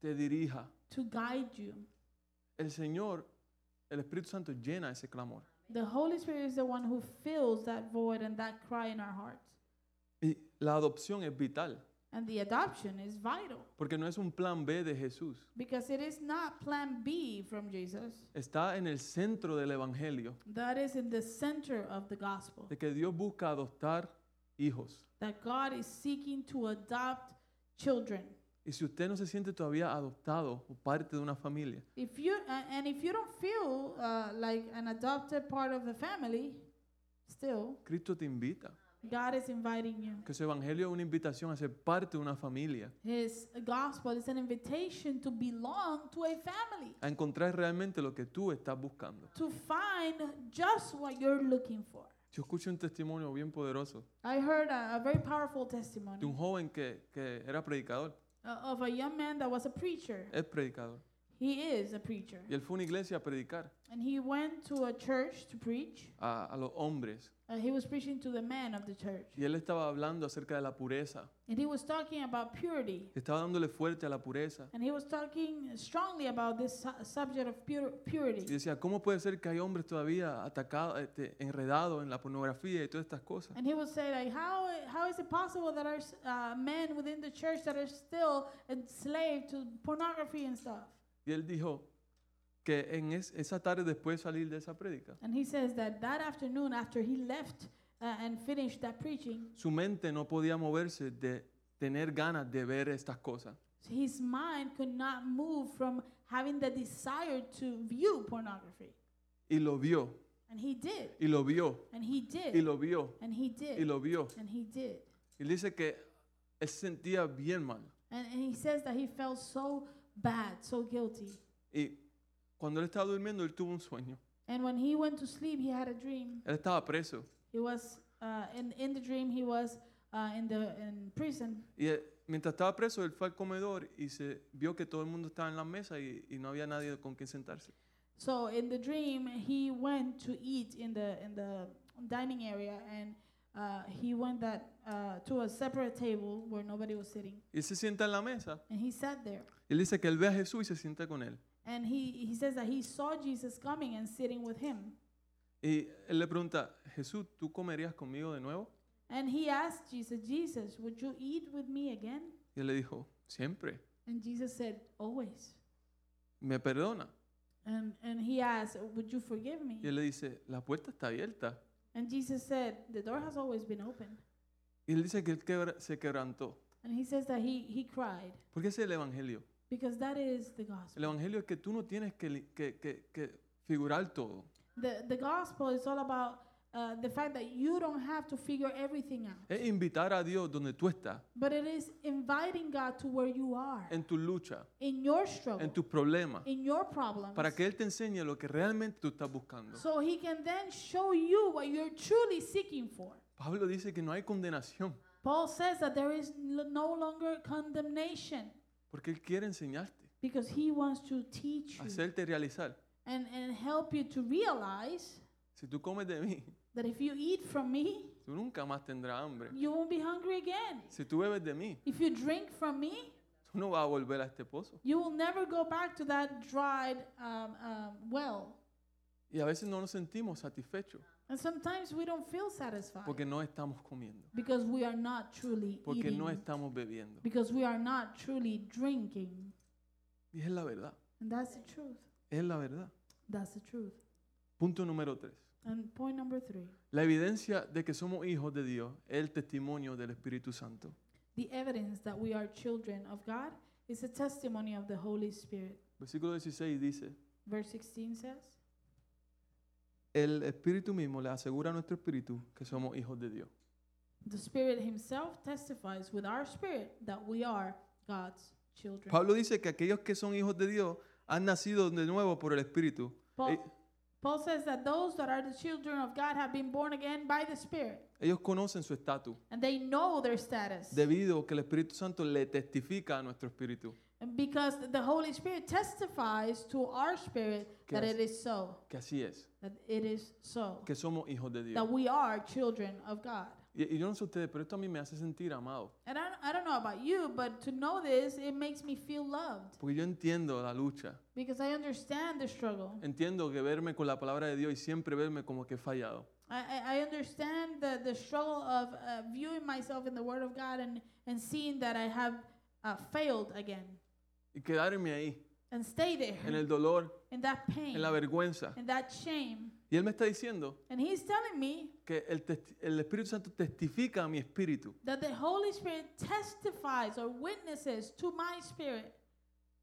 [SPEAKER 1] te dirija.
[SPEAKER 2] to guide you.
[SPEAKER 1] El Señor, el Espíritu Santo llena ese clamor.
[SPEAKER 2] The Holy Spirit is the one who fills that void and that cry in our hearts.
[SPEAKER 1] Y la adopción es vital,
[SPEAKER 2] And the adoption is vital.
[SPEAKER 1] porque no es un plan B de Jesús.
[SPEAKER 2] Because it is not plan B from Jesus.
[SPEAKER 1] Está en el centro del Evangelio,
[SPEAKER 2] That is in the center of the gospel.
[SPEAKER 1] de que Dios busca adoptar hijos.
[SPEAKER 2] That God is seeking to adopt children.
[SPEAKER 1] Y si usted no se siente todavía adoptado o parte de una familia,
[SPEAKER 2] If you a- and if you don't feel uh, like an adopted part of the family, still
[SPEAKER 1] Cristo te invita.
[SPEAKER 2] God is inviting you.
[SPEAKER 1] Que su Evangelio es una invitación a ser parte de una familia,
[SPEAKER 2] His gospel is an invitation to belong to a family,
[SPEAKER 1] a encontrar realmente lo que tú estás buscando.
[SPEAKER 2] to find just what you're looking for.
[SPEAKER 1] Yo escucho un testimonio bien poderoso
[SPEAKER 2] I heard a, a very powerful
[SPEAKER 1] de
[SPEAKER 2] testimony
[SPEAKER 1] un joven que, que era predicador,
[SPEAKER 2] uh, of a young man that was a preacher.
[SPEAKER 1] es predicador.
[SPEAKER 2] He is a preacher.
[SPEAKER 1] Y él fue a una iglesia a predicar
[SPEAKER 2] And he went to a church to preach.
[SPEAKER 1] a- a los hombres.
[SPEAKER 2] Uh, he was preaching to the men of the church.
[SPEAKER 1] Y él estaba hablando acerca de la pureza.
[SPEAKER 2] And he was talking about purity.
[SPEAKER 1] Estaba dándole fuerte a la pureza.
[SPEAKER 2] And he was talking strongly about this su- subject of pur-
[SPEAKER 1] Y
[SPEAKER 2] purity.
[SPEAKER 1] decía, ¿cómo puede ser que hay hombres todavía atacados, este, enredados en la pornografía y todas estas cosas?
[SPEAKER 2] And he would say, like, how, how is it possible that our s- uh, men within the church that are still enslaved to pornography and stuff?
[SPEAKER 1] Y él dijo que en es- esa tarde después de salir de esa prédica,
[SPEAKER 2] And he says that that afternoon, after he left uh, and finished that preaching,
[SPEAKER 1] su mente no podía moverse de tener ganas de ver estas cosas.
[SPEAKER 2] his mind could not move from having the desire to view pornography.
[SPEAKER 1] Y lo vio,
[SPEAKER 2] And he did.
[SPEAKER 1] y lo vio,
[SPEAKER 2] And he did.
[SPEAKER 1] y lo vio,
[SPEAKER 2] and he
[SPEAKER 1] y
[SPEAKER 2] did.
[SPEAKER 1] lo vio.
[SPEAKER 2] and he did.
[SPEAKER 1] Y dice que él se sentía bien mal.
[SPEAKER 2] And, and he says that he felt so bad, so guilty.
[SPEAKER 1] Y cuando él estaba durmiendo, él tuvo un sueño.
[SPEAKER 2] And when he went to sleep, he had a dream.
[SPEAKER 1] Él estaba preso.
[SPEAKER 2] He was uh, in in the dream. He was uh, in the in prison.
[SPEAKER 1] Y eh, mientras estaba preso, él fue al comedor y se vio que todo el mundo estaba en la mesa y, y no había nadie con quien sentarse.
[SPEAKER 2] So in the dream, he went to eat in the in the dining area, and uh, he went that uh, to a separate table where nobody was sitting,
[SPEAKER 1] Y se sienta en la mesa.
[SPEAKER 2] and he sat there.
[SPEAKER 1] Él dice que él ve a Jesús y se sienta con él.
[SPEAKER 2] And he he says that he saw Jesus coming and sitting with him,
[SPEAKER 1] Y él le pregunta, Jesús, ¿tú comerías conmigo de nuevo?
[SPEAKER 2] and he asked Jesus, Jesus, would you eat with me again?
[SPEAKER 1] Y él le dijo, siempre,
[SPEAKER 2] And Jesus said, always.
[SPEAKER 1] me perdona.
[SPEAKER 2] And and he asked, would you forgive me?
[SPEAKER 1] Y él le dice, la puerta está abierta.
[SPEAKER 2] And Jesus said, the door has always been open.
[SPEAKER 1] Y él dice que él quebra- se quebrantó.
[SPEAKER 2] And he says that he he cried
[SPEAKER 1] Porque ese es el Evangelio.
[SPEAKER 2] because that is the
[SPEAKER 1] El
[SPEAKER 2] gospel.
[SPEAKER 1] Evangelio es que tú no tienes que, li- que- que- que figurar todo.
[SPEAKER 2] The, the gospel is all about uh, the fact that you don't have to figure everything out,
[SPEAKER 1] Es invitar a Dios donde tú estás,
[SPEAKER 2] but it is inviting God to where you are
[SPEAKER 1] en tu lucha,
[SPEAKER 2] in your struggle,
[SPEAKER 1] en tus problemas,
[SPEAKER 2] in your problems,
[SPEAKER 1] para que Él te enseñe lo que realmente tú estás buscando.
[SPEAKER 2] so He can then show you what you're truly seeking for.
[SPEAKER 1] Pablo dice que no hay condenación,
[SPEAKER 2] Paul says that there is l- no longer condemnation
[SPEAKER 1] porque Él quiere enseñarte,
[SPEAKER 2] because He wants to teach you
[SPEAKER 1] hacerte realizar.
[SPEAKER 2] and, and help you to realize
[SPEAKER 1] Si tú comes de mí,
[SPEAKER 2] that if you eat from me,
[SPEAKER 1] tú nunca más tendrás hambre.
[SPEAKER 2] you won't be hungry again.
[SPEAKER 1] Si tú bebes de mí,
[SPEAKER 2] If you drink from me,
[SPEAKER 1] tú no vas a volver a este pozo.
[SPEAKER 2] You will never go back to that dried um, um, well.
[SPEAKER 1] Y a veces no nos sentimos satisfechos
[SPEAKER 2] And sometimes we don't feel satisfied
[SPEAKER 1] porque no estamos comiendo,
[SPEAKER 2] because we are not truly
[SPEAKER 1] porque
[SPEAKER 2] eating,
[SPEAKER 1] no estamos bebiendo.
[SPEAKER 2] because we are not truly drinking.
[SPEAKER 1] Y es la verdad,
[SPEAKER 2] And that's the truth.
[SPEAKER 1] es la verdad.
[SPEAKER 2] That's the truth.
[SPEAKER 1] Punto número tres.
[SPEAKER 2] And point number three
[SPEAKER 1] La evidencia de que somos hijos de Dios es el testimonio del Espíritu Santo.
[SPEAKER 2] the evidence that we are children of God is a testimony of the Holy Spirit.
[SPEAKER 1] Versículo 16 dice,
[SPEAKER 2] Verse 16 says,
[SPEAKER 1] el Espíritu mismo le asegura a nuestro espíritu que somos hijos de Dios.
[SPEAKER 2] The Spirit Himself testifies with our spirit that we are God's children.
[SPEAKER 1] Pablo dice que aquellos que son hijos de Dios han nacido de nuevo por el Espíritu.
[SPEAKER 2] Paul,
[SPEAKER 1] Eh.
[SPEAKER 2] Paul says that those that are the children of God have been born again by the Spirit,
[SPEAKER 1] Ellos conocen su estatus
[SPEAKER 2] and they know their status.
[SPEAKER 1] debido a que el Espíritu Santo le testifica a nuestro espíritu
[SPEAKER 2] And because the Holy Spirit testifies to our spirit
[SPEAKER 1] Que
[SPEAKER 2] that
[SPEAKER 1] as-
[SPEAKER 2] it is so,
[SPEAKER 1] que así es,
[SPEAKER 2] that it is so,
[SPEAKER 1] que somos hijos de Dios.
[SPEAKER 2] that we are children of God.
[SPEAKER 1] Y, y yo no sé ustedes, pero esto a mí me hace sentir amado,
[SPEAKER 2] And I, I don't know about you, but to know this, it makes me feel loved
[SPEAKER 1] porque yo entiendo la lucha,
[SPEAKER 2] because I understand the struggle.
[SPEAKER 1] entiendo que verme con la palabra de Dios y siempre verme como que he fallado.
[SPEAKER 2] I, I- I understand the, the struggle of uh, viewing myself in the Word of God and, and seeing that I have uh, failed again.
[SPEAKER 1] Y quedarme ahí,
[SPEAKER 2] And stay there.
[SPEAKER 1] en el dolor,
[SPEAKER 2] in that pain,
[SPEAKER 1] en la vergüenza.
[SPEAKER 2] in that shame.
[SPEAKER 1] Y Él me está diciendo
[SPEAKER 2] And he's telling me
[SPEAKER 1] que el, testi- el Espíritu Santo testifica a mi espíritu
[SPEAKER 2] that the Holy Spirit testifies or witnesses to my spirit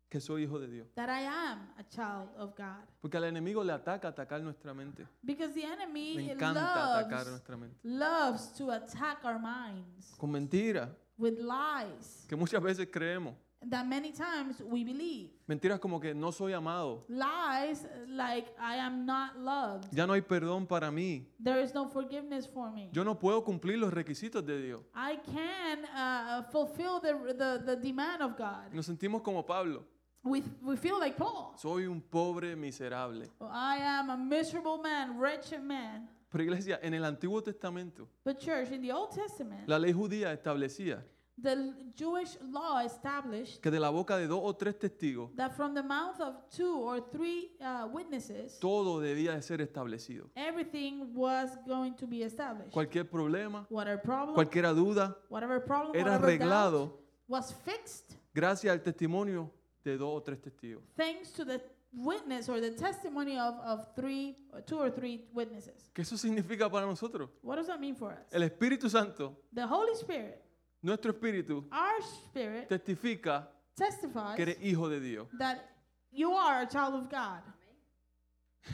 [SPEAKER 1] que soy hijo de Dios.
[SPEAKER 2] that I am a child of God.
[SPEAKER 1] Porque al enemigo le ataca atacar nuestra mente.
[SPEAKER 2] Because the
[SPEAKER 1] Le
[SPEAKER 2] enemy
[SPEAKER 1] encanta atacar
[SPEAKER 2] loves,
[SPEAKER 1] nuestra mente.
[SPEAKER 2] loves to attack our minds
[SPEAKER 1] Con mentiras
[SPEAKER 2] with lies
[SPEAKER 1] que muchas veces creemos.
[SPEAKER 2] that many times we believe.
[SPEAKER 1] Mentiras como que no soy amado.
[SPEAKER 2] Lies like I am not loved.
[SPEAKER 1] Ya no hay perdón para mí.
[SPEAKER 2] There is no forgiveness for me.
[SPEAKER 1] Yo no puedo cumplir los requisitos de Dios.
[SPEAKER 2] I can uh, fulfill the, the, the demand of God.
[SPEAKER 1] Nos sentimos como Pablo.
[SPEAKER 2] We, we feel like Paul.
[SPEAKER 1] Soy un pobre miserable.
[SPEAKER 2] I am a miserable man, wretched man.
[SPEAKER 1] Pero iglesia, en el Antiguo Testamento,
[SPEAKER 2] But church, in the Old Testament,
[SPEAKER 1] la ley judía establecía
[SPEAKER 2] the l- Jewish law established
[SPEAKER 1] que de la boca de dos o tres testigos,
[SPEAKER 2] that from the mouth of two or three uh, witnesses,
[SPEAKER 1] todo debía de ser establecido.
[SPEAKER 2] everything was going to be established.
[SPEAKER 1] Cualquier problema,
[SPEAKER 2] Whatever problem,
[SPEAKER 1] cualquier duda,
[SPEAKER 2] whatever problem,
[SPEAKER 1] era
[SPEAKER 2] whatever doubt
[SPEAKER 1] arreglado
[SPEAKER 2] was fixed
[SPEAKER 1] gracias al testimonio de dos o tres testigos.
[SPEAKER 2] thanks to the witness or the testimony of, of three, or two or three witnesses.
[SPEAKER 1] ¿Qué eso significa para nosotros?
[SPEAKER 2] What does that mean for us?
[SPEAKER 1] El Espíritu Santo,
[SPEAKER 2] The Holy Spirit,
[SPEAKER 1] nuestro espíritu,
[SPEAKER 2] our spirit,
[SPEAKER 1] testifica que
[SPEAKER 2] testifies
[SPEAKER 1] eres hijo de Dios.
[SPEAKER 2] that you are a child of God.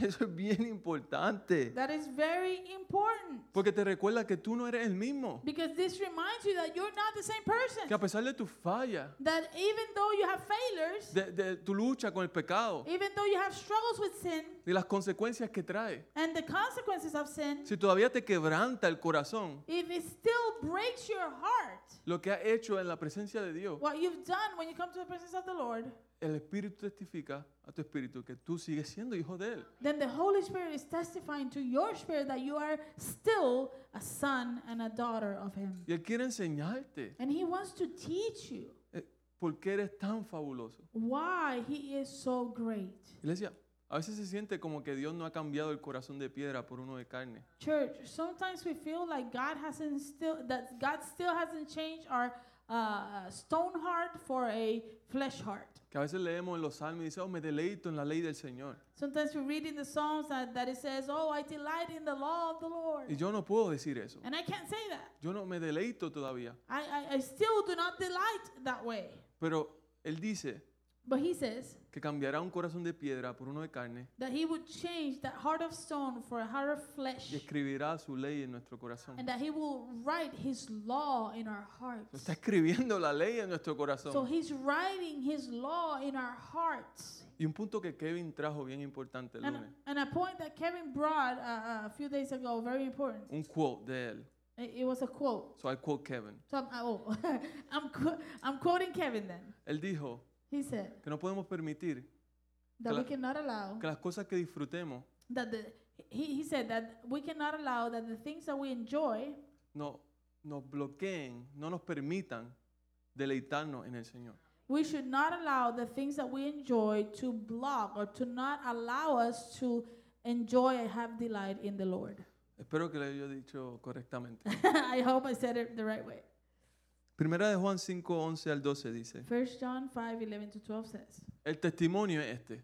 [SPEAKER 1] Eso es bien importante.
[SPEAKER 2] That is very important
[SPEAKER 1] Porque te recuerda que tú no eres el mismo.
[SPEAKER 2] because this reminds you that you're not the same
[SPEAKER 1] Que a
[SPEAKER 2] person.
[SPEAKER 1] pesar de tus fallas,
[SPEAKER 2] That even though you have failures,
[SPEAKER 1] de, de tu lucha con el pecado,
[SPEAKER 2] even though you have struggles with sin
[SPEAKER 1] de las consecuencias que trae,
[SPEAKER 2] and the consequences of sin,
[SPEAKER 1] si todavía te quebranta el corazón,
[SPEAKER 2] if it still breaks your heart,
[SPEAKER 1] lo que has hecho en la presencia de Dios
[SPEAKER 2] what you've done when you come to the presence of the Lord
[SPEAKER 1] el Espíritu testifica a tu espíritu que tú sigues siendo hijo de Él.
[SPEAKER 2] then the Holy Spirit is testifying to your spirit that you are still a son and a daughter of Him.
[SPEAKER 1] Y Él quiere enseñarte
[SPEAKER 2] And He wants to teach you
[SPEAKER 1] eh, por qué eres tan fabuloso.
[SPEAKER 2] why He is so great.
[SPEAKER 1] Iglesia, a veces se siente como que Dios no ha cambiado el corazón de piedra por uno de carne.
[SPEAKER 2] Church, sometimes we feel like God hasn't still that God still hasn't changed our uh, stone heart for a flesh heart.
[SPEAKER 1] Que a veces leemos en los salmos y dice, oh, me deleito en la ley del Señor.
[SPEAKER 2] Sometimes we read in the Psalms that, that it says, Oh, I delight in the law of the
[SPEAKER 1] Y
[SPEAKER 2] Lord.
[SPEAKER 1] yo no puedo decir eso.
[SPEAKER 2] And I can't say that.
[SPEAKER 1] Yo no me deleito todavía.
[SPEAKER 2] I, I, I still do not delight that way.
[SPEAKER 1] Pero Él dice
[SPEAKER 2] But he says
[SPEAKER 1] que cambiará un corazón de piedra por uno de carne
[SPEAKER 2] that he would change that heart of stone for a heart of flesh.
[SPEAKER 1] y escribirá su ley en nuestro corazón.
[SPEAKER 2] And that he will write his law in our hearts.
[SPEAKER 1] Está escribiendo la ley en nuestro
[SPEAKER 2] So
[SPEAKER 1] corazón.
[SPEAKER 2] he's writing his law in our hearts.
[SPEAKER 1] Y un punto que Kevin trajo bien importante el
[SPEAKER 2] And,
[SPEAKER 1] lunes.
[SPEAKER 2] and a point that Kevin brought uh, uh, a few days ago, very important.
[SPEAKER 1] Un quote de él.
[SPEAKER 2] It, it was a quote.
[SPEAKER 1] So I quote Kevin.
[SPEAKER 2] So I'm, oh, I'm, qu- I'm quoting Kevin then.
[SPEAKER 1] Él dijo
[SPEAKER 2] He said
[SPEAKER 1] que no podemos permitir
[SPEAKER 2] that we
[SPEAKER 1] Cla-
[SPEAKER 2] cannot allow
[SPEAKER 1] que las cosas que disfrutemos
[SPEAKER 2] that the he, he said that we cannot allow that the things that we enjoy
[SPEAKER 1] no, nos bloqueen, no nos permitan deleitarnos en el Señor.
[SPEAKER 2] we should not allow the things that we enjoy to block or to not allow us to enjoy and have delight in the Lord.
[SPEAKER 1] Espero que lo haya dicho correctamente.
[SPEAKER 2] I hope I said it the right way.
[SPEAKER 1] Primera de Juan 5, 11 al 12 dice,
[SPEAKER 2] First John 5, 11 to 12 says,
[SPEAKER 1] el testimonio es este,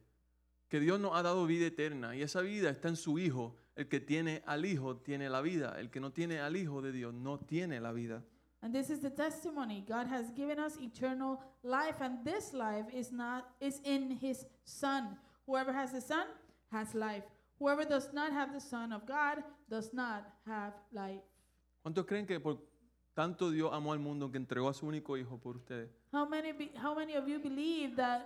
[SPEAKER 1] que Dios nos ha dado vida eterna y esa vida está en su Hijo. El que tiene al Hijo tiene la vida, el que no tiene al Hijo de Dios no tiene la vida.
[SPEAKER 2] And this is the testimony. God has given us eternal life, and this life is not is in his Son. Whoever has the Son has life. Whoever does not have the Son of God does not have life.
[SPEAKER 1] ¿Cuántos creen que por tanto Dios amó al mundo que entregó a su único Hijo por ustedes?
[SPEAKER 2] How many be, how many of you believe that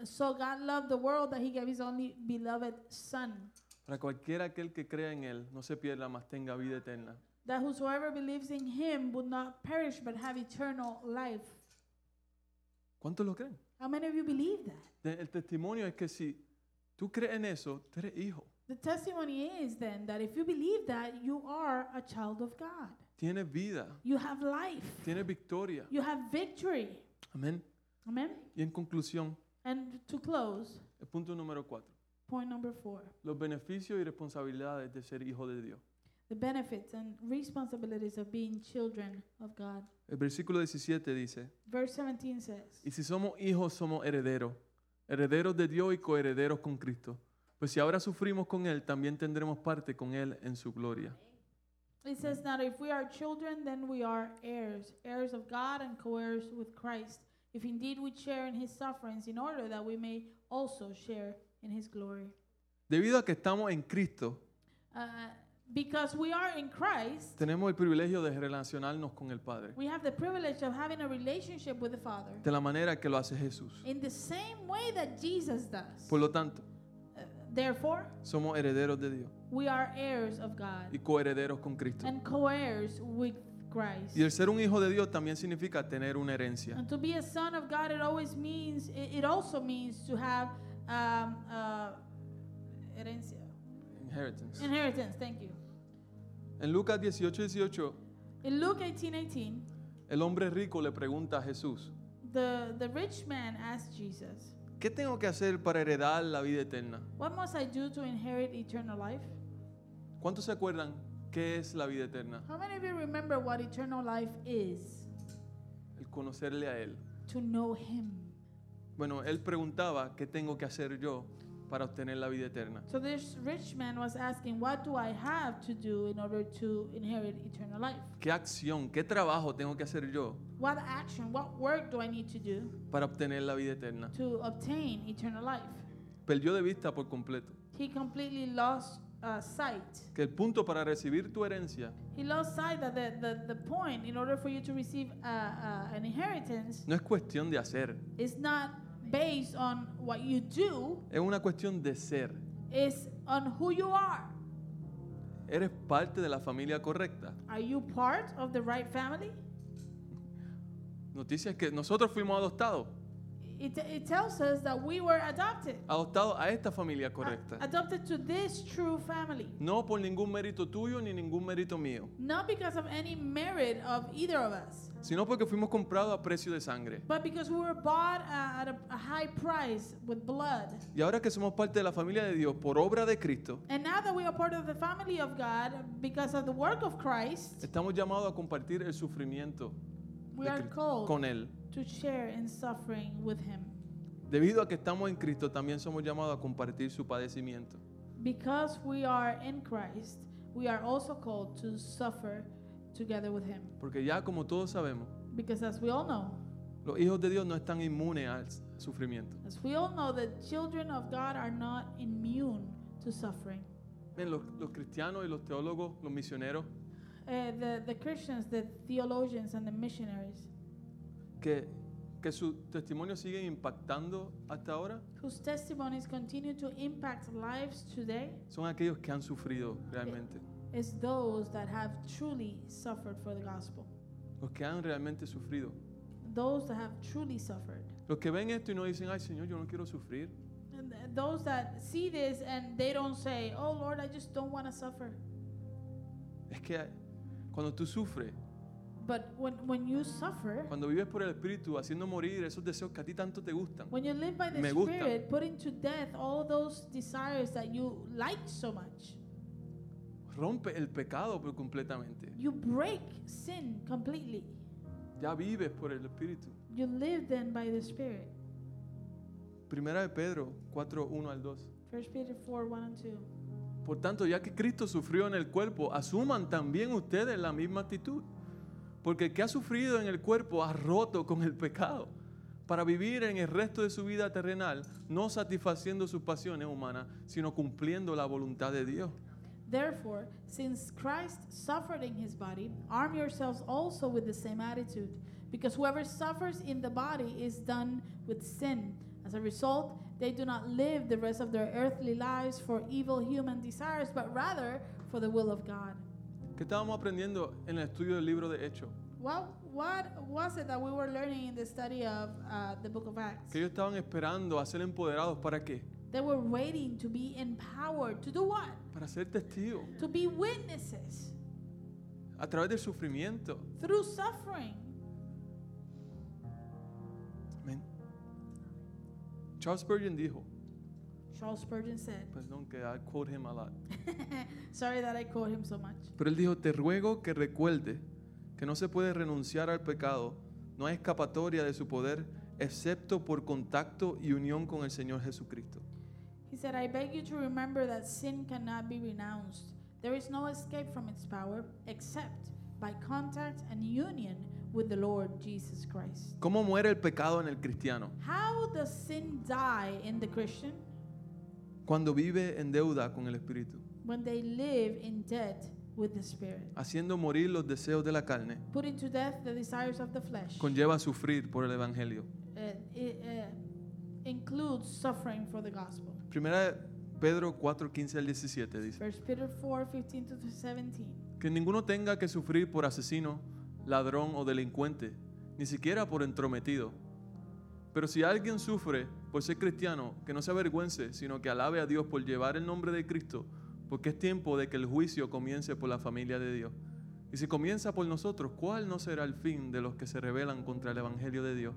[SPEAKER 2] uh, so God loved the world that he gave his only beloved son
[SPEAKER 1] Para cualquiera aquel que crea en Él no se pierda, mas tenga vida eterna.
[SPEAKER 2] that whosoever believes in him would not perish but have eternal life.
[SPEAKER 1] ¿Cuántos lo creen?
[SPEAKER 2] How many of you believe that?
[SPEAKER 1] De- El testimonio es que si tú crees en eso, tú eres hijo.
[SPEAKER 2] The testimony is then that if you believe that you are a child of God.
[SPEAKER 1] Tienes vida,
[SPEAKER 2] You have life.
[SPEAKER 1] tienes victoria.
[SPEAKER 2] You have victory.
[SPEAKER 1] Amén.
[SPEAKER 2] Amen.
[SPEAKER 1] Y en conclusión,
[SPEAKER 2] And to close,
[SPEAKER 1] el punto número cuatro.
[SPEAKER 2] point number four
[SPEAKER 1] Los beneficios y responsabilidades de ser hijo de Dios.
[SPEAKER 2] the benefits and responsibilities of being children of God.
[SPEAKER 1] El versículo 17 dice,
[SPEAKER 2] Verse 17 says,
[SPEAKER 1] y si somos hijos, somos herederos, herederos de Dios y coherederos con Cristo. Pues si ahora sufrimos con Él, también tendremos parte con Él en su gloria.
[SPEAKER 2] It says, Now if we are children, then we are heirs, heirs of God and co heirs with Christ, if indeed we share in his sufferings, in order that we may also share in his glory.
[SPEAKER 1] Debido a que estamos en Cristo,
[SPEAKER 2] Uh, because we are in Christ,
[SPEAKER 1] tenemos el privilegio de relacionarnos con el Padre,
[SPEAKER 2] we have the privilege of having a relationship with the Father
[SPEAKER 1] de la manera que lo hace Jesús.
[SPEAKER 2] in the same way that Jesus does.
[SPEAKER 1] Por lo tanto,
[SPEAKER 2] Uh, Therefore,
[SPEAKER 1] somos herederos de Dios
[SPEAKER 2] we are heirs of
[SPEAKER 1] y
[SPEAKER 2] God
[SPEAKER 1] coherederos con Cristo.
[SPEAKER 2] and co heirs with
[SPEAKER 1] Y el
[SPEAKER 2] Christ.
[SPEAKER 1] ser un hijo de Dios también significa tener una herencia.
[SPEAKER 2] And to be a son of God, it always means, it, it also means to have um, uh, herencia.
[SPEAKER 1] Inheritance.
[SPEAKER 2] Inheritance, thank you.
[SPEAKER 1] En Lucas 18, 18,
[SPEAKER 2] In Luke 18 18,
[SPEAKER 1] el hombre rico le pregunta a Jesús,
[SPEAKER 2] the, the rich man asked Jesus,
[SPEAKER 1] ¿qué tengo que hacer para heredar la vida eterna?
[SPEAKER 2] What must I do to inherit eternal life?
[SPEAKER 1] ¿Cuántos se acuerdan qué es la vida eterna?
[SPEAKER 2] How many of you remember what eternal life is?
[SPEAKER 1] El conocerle a Él.
[SPEAKER 2] To know Him.
[SPEAKER 1] Bueno, él preguntaba, ¿qué tengo que hacer yo para obtener la vida eterna?
[SPEAKER 2] So this rich man was asking, What do I have to do in order to inherit eternal life?
[SPEAKER 1] ¿Qué acción, qué trabajo tengo que hacer yo
[SPEAKER 2] What action, what work do I need to do
[SPEAKER 1] para obtener la vida eterna?
[SPEAKER 2] to obtain eternal life?
[SPEAKER 1] Perdió de vista por completo
[SPEAKER 2] He completely lost uh, sight.
[SPEAKER 1] que el punto para recibir tu herencia
[SPEAKER 2] He lost sight that the, the, the point, in order for you to receive uh, uh, an inheritance,
[SPEAKER 1] no es cuestión de hacer,
[SPEAKER 2] is not based on what you do,
[SPEAKER 1] es una cuestión de ser.
[SPEAKER 2] it's on who you are.
[SPEAKER 1] ¿Eres parte de la familia correcta?
[SPEAKER 2] Are you part of the right family?
[SPEAKER 1] Noticias que nosotros fuimos adoptados.
[SPEAKER 2] it, it tells us that we were adopted.
[SPEAKER 1] adoptado a esta familia
[SPEAKER 2] a-
[SPEAKER 1] correcta.
[SPEAKER 2] Adopted to this true family.
[SPEAKER 1] No por ningún mérito tuyo ni ningún mérito mío,
[SPEAKER 2] Not because of any merit of either of us,
[SPEAKER 1] sino porque fuimos comprados a precio de sangre.
[SPEAKER 2] but because we were bought uh, at a, a high price with blood.
[SPEAKER 1] Y ahora que somos parte de la familia de Dios por obra de Cristo,
[SPEAKER 2] And now that we are part of the family of God because of the work of Christ,
[SPEAKER 1] estamos llamados a compartir el sufrimiento
[SPEAKER 2] we
[SPEAKER 1] de
[SPEAKER 2] are
[SPEAKER 1] Cri-
[SPEAKER 2] called
[SPEAKER 1] con Él.
[SPEAKER 2] to share in suffering with Him.
[SPEAKER 1] Debido a que estamos en Cristo, también somos llamados a compartir su padecimiento.
[SPEAKER 2] Because we are in Christ, we are also called to suffer together with Him.
[SPEAKER 1] Porque ya como todos sabemos,
[SPEAKER 2] Because as we all know,
[SPEAKER 1] los hijos de Dios no están inmunes al s- sufrimiento.
[SPEAKER 2] as we all know, the children of God are not immune to suffering.
[SPEAKER 1] Miren, los, los cristianos y los teólogos, los misioneros,
[SPEAKER 2] Uh, the, the Christians, the theologians, and the missionaries
[SPEAKER 1] que, que su testimonio sigue impactando hasta ahora,
[SPEAKER 2] whose testimonies continue to impact lives today
[SPEAKER 1] son aquellos que han sufrido realmente.
[SPEAKER 2] is those that have truly suffered for the gospel.
[SPEAKER 1] Los que han realmente sufrido.
[SPEAKER 2] Those that have truly suffered.
[SPEAKER 1] Los que ven esto y no dicen, ay Señor, yo no quiero sufrir.
[SPEAKER 2] And th- those that see this and they don't say, Oh Lord, I just don't want to suffer.
[SPEAKER 1] Es que cuando tú sufres,
[SPEAKER 2] But when, when you suffer,
[SPEAKER 1] cuando vives por el Espíritu, haciendo morir esos deseos que a ti tanto te gustan,
[SPEAKER 2] when you live by the
[SPEAKER 1] Me gusta.
[SPEAKER 2] Spirit, putting to death all those desires that you like so much,
[SPEAKER 1] rompe el pecado por completamente.
[SPEAKER 2] you break sin completely.
[SPEAKER 1] Ya vives por el Espíritu.
[SPEAKER 2] You live then by the Spirit.
[SPEAKER 1] Primera de Pedro 4, 1 al 2.
[SPEAKER 2] 1 Peter 4 1 and 2.
[SPEAKER 1] Por tanto, ya que Cristo sufrió en el cuerpo, asuman también ustedes la misma actitud. Porque el que ha sufrido en el cuerpo ha roto con el pecado para vivir en el resto de su vida terrenal, no satisfaciendo sus pasiones humanas, sino cumpliendo la voluntad de Dios.
[SPEAKER 2] Therefore, since Christ suffered in his body, arm yourselves also with the same attitude, because whoever suffers in the body is done with sin. As a result, they do not live the rest of their earthly lives for evil human desires, but rather for the will of God.
[SPEAKER 1] ¿Qué estábamos aprendiendo en el estudio del libro de Hechos?
[SPEAKER 2] Well, what was it that we were learning in the study of uh, the book of Acts?
[SPEAKER 1] Que ellos estaban esperando a ser empoderados para qué?
[SPEAKER 2] They were waiting to be empowered to do what?
[SPEAKER 1] Para ser testigos
[SPEAKER 2] To be witnesses
[SPEAKER 1] a través del sufrimiento.
[SPEAKER 2] through suffering.
[SPEAKER 1] Amén. Charles Spurgeon dijo,
[SPEAKER 2] Charles Spurgeon said,
[SPEAKER 1] perdón que I quote him a lot.
[SPEAKER 2] Sorry that I quote him so much.
[SPEAKER 1] Pero él dijo, te ruego que recuerde que no se puede renunciar al pecado, no hay escapatoria de su poder, excepto por contacto y unión con el Señor Jesucristo.
[SPEAKER 2] He said, I beg you to remember that sin cannot be renounced. There is no escape from its power except by contact and union with the Lord Jesus Christ.
[SPEAKER 1] ¿Cómo muere el pecado en el cristiano?
[SPEAKER 2] How does sin die in the Christian?
[SPEAKER 1] Cuando vive en deuda con el Espíritu,
[SPEAKER 2] When they live in debt with the Spirit.
[SPEAKER 1] haciendo morir los deseos de la carne,
[SPEAKER 2] Putting to death the desires of the flesh uh,
[SPEAKER 1] conlleva sufrir por el Evangelio.
[SPEAKER 2] it, uh, includes suffering for the gospel.
[SPEAKER 1] Primera de Pedro 4, 15 al 17 dice,
[SPEAKER 2] First Peter 4 15 to 17.
[SPEAKER 1] que ninguno tenga que sufrir por asesino, ladrón o delincuente, ni siquiera por entrometido. Pero si alguien sufre por ser cristiano, que no se avergüence, sino que alabe a Dios por llevar el nombre de Cristo, porque es tiempo de que el juicio comience por la familia de Dios. Y si comienza por nosotros, ¿cuál no será el fin de los que se rebelan contra el Evangelio de Dios?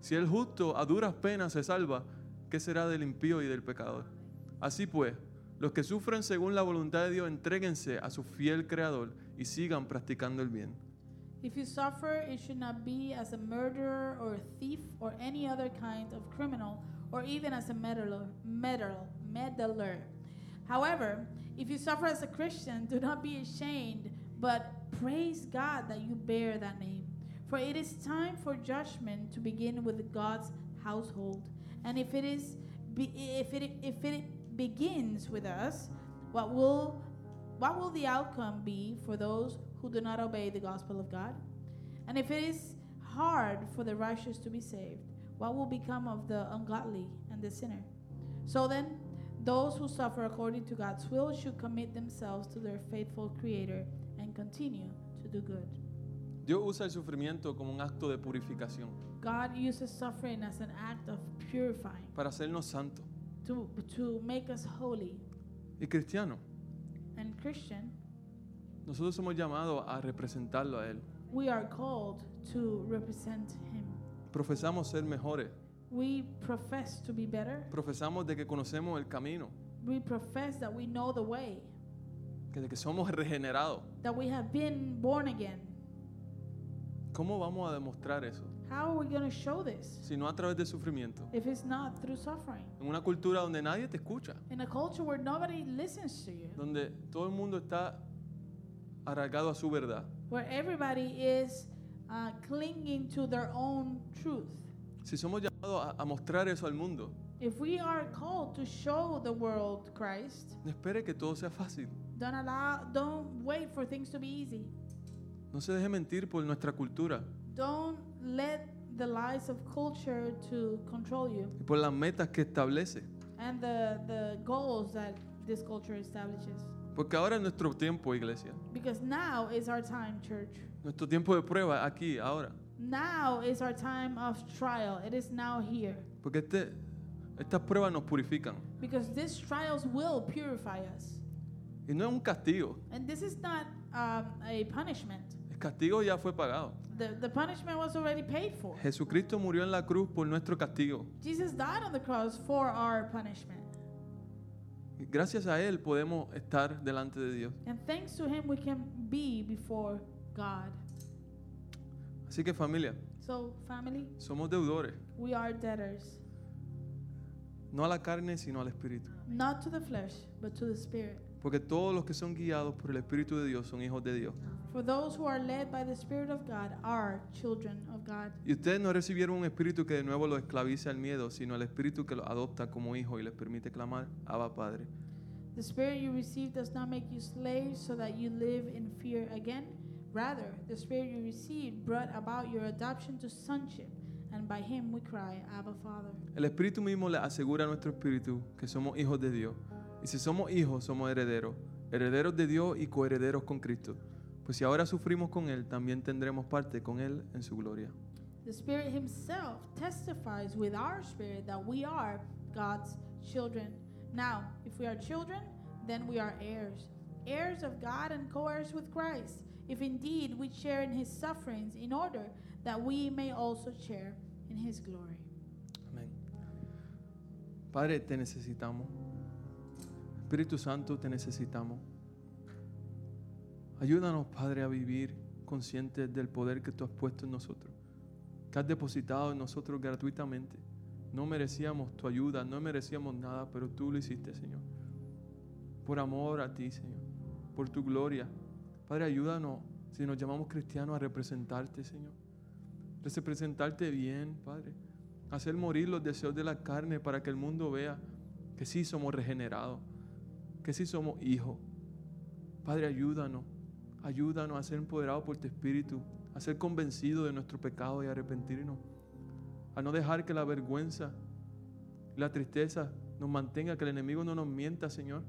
[SPEAKER 1] Si el justo a duras penas se salva, ¿qué será del impío y del pecador? Así pues, los que sufren según la voluntad de Dios, entréguense a su fiel Creador y sigan practicando el bien.
[SPEAKER 2] If you suffer, it should not be as a murderer or a thief or any other kind of criminal, or even as a meddler. meddler, meddler. However, if you suffer as a Christian, do not be ashamed, but praise God that you bear that name. For it is time for judgment to begin with God's household. And if it is, be, if it if it begins with us, what will what will the outcome be for those who do not obey the gospel of God? And if it is hard for the righteous to be saved, what will become of the ungodly and the sinner? So then, those who suffer according to God's will should commit themselves to their faithful Creator and continue to do good.
[SPEAKER 1] Dios usa el sufrimiento como un acto de purificación
[SPEAKER 2] God uses suffering as an act of purifying
[SPEAKER 1] para hacernos santos.
[SPEAKER 2] to, to make us holy.
[SPEAKER 1] Y cristianos,
[SPEAKER 2] And Christian,
[SPEAKER 1] nosotros somos llamados a representarlo a Él.
[SPEAKER 2] we are called to represent Him.
[SPEAKER 1] Profesamos ser mejores.
[SPEAKER 2] We profess to be better.
[SPEAKER 1] Profesamos de que conocemos el camino,
[SPEAKER 2] We profess that we know the way,
[SPEAKER 1] que de que somos regenerados.
[SPEAKER 2] that we have been born again.
[SPEAKER 1] ¿Cómo vamos a demostrar eso?
[SPEAKER 2] How are we going to show this
[SPEAKER 1] Si no a través de sufrimiento.
[SPEAKER 2] if it's not through suffering?
[SPEAKER 1] En una cultura donde nadie te escucha,
[SPEAKER 2] In a culture where nobody listens to you,
[SPEAKER 1] donde todo el mundo está arraigado a su verdad.
[SPEAKER 2] where everybody is uh, clinging to their own truth.
[SPEAKER 1] Si somos llamados a, a mostrar eso al mundo,
[SPEAKER 2] If we are called to show the world Christ,
[SPEAKER 1] no espere que todo sea fácil.
[SPEAKER 2] don't allow, don't wait for things to be easy.
[SPEAKER 1] No se deje mentir por nuestra cultura
[SPEAKER 2] Don't let the lies of culture to control you
[SPEAKER 1] y por las metas que establece.
[SPEAKER 2] and the, the goals that this culture establishes.
[SPEAKER 1] Porque ahora es nuestro tiempo, iglesia.
[SPEAKER 2] Because now is our time, church.
[SPEAKER 1] Nuestro tiempo de prueba aquí, ahora.
[SPEAKER 2] Now is our time of trial. It is now here.
[SPEAKER 1] Porque este, estas pruebas nos purifican.
[SPEAKER 2] Because these trials will purify us.
[SPEAKER 1] Y no es un castigo.
[SPEAKER 2] And this is not um, a punishment.
[SPEAKER 1] El castigo ya fue pagado.
[SPEAKER 2] The, the punishment was already paid for.
[SPEAKER 1] Jesucristo murió en la cruz por nuestro castigo.
[SPEAKER 2] Jesus died on the cross for our punishment.
[SPEAKER 1] Y Gracias a Él podemos estar delante de Dios.
[SPEAKER 2] And thanks to him, we can be before God.
[SPEAKER 1] Así que familia,
[SPEAKER 2] So, family,
[SPEAKER 1] somos deudores,
[SPEAKER 2] we are debtors,
[SPEAKER 1] no a la carne, sino al Espíritu.
[SPEAKER 2] not to the flesh, but to the Spirit.
[SPEAKER 1] Porque todos los que son guiados por el Espíritu de Dios son hijos de Dios.
[SPEAKER 2] For those who are led by the Spirit of God are children of God.
[SPEAKER 1] Y ustedes no recibieron un espíritu que de nuevo los esclavice al miedo, sino el espíritu que los adopta como hijos y les permite clamar, Abba Padre.
[SPEAKER 2] The Spirit you receive does not make you slaves so that you live in fear again. Rather, the Spirit you received brought about your adoption to sonship, and by him we cry, Abba, Father.
[SPEAKER 1] El espíritu mismo le asegura a nuestro espíritu que somos hijos de Dios. Y si somos hijos, somos herederos, herederos de Dios y coherederos con Cristo. Pues si ahora sufrimos con Él, también tendremos parte con Él en su gloria.
[SPEAKER 2] The Spirit Himself testifies with our spirit that we are God's children. Now, if we are children, then we are heirs, heirs of God and co heirs with Christ, if indeed we share in His sufferings, in order that we may also share in His glory.
[SPEAKER 1] Amén. Padre, te necesitamos. Espíritu Santo, te necesitamos. Ayúdanos, Padre, a vivir conscientes del poder que tú has puesto en nosotros, que has depositado en nosotros gratuitamente. No merecíamos tu ayuda, no merecíamos nada, pero tú lo hiciste, Señor. Por amor a ti, Señor, por tu gloria. Padre, ayúdanos, si nos llamamos cristianos, a representarte, Señor. Representarte bien, Padre hacer morir los deseos de la carne para que el mundo vea que sí somos regenerados, que sí somos hijos. Padre, ayúdanos, ayúdanos a ser empoderados por tu Espíritu, a ser convencidos de nuestro pecado y arrepentirnos, a no dejar que la vergüenza, la tristeza nos mantenga, que el enemigo no nos mienta, Señor,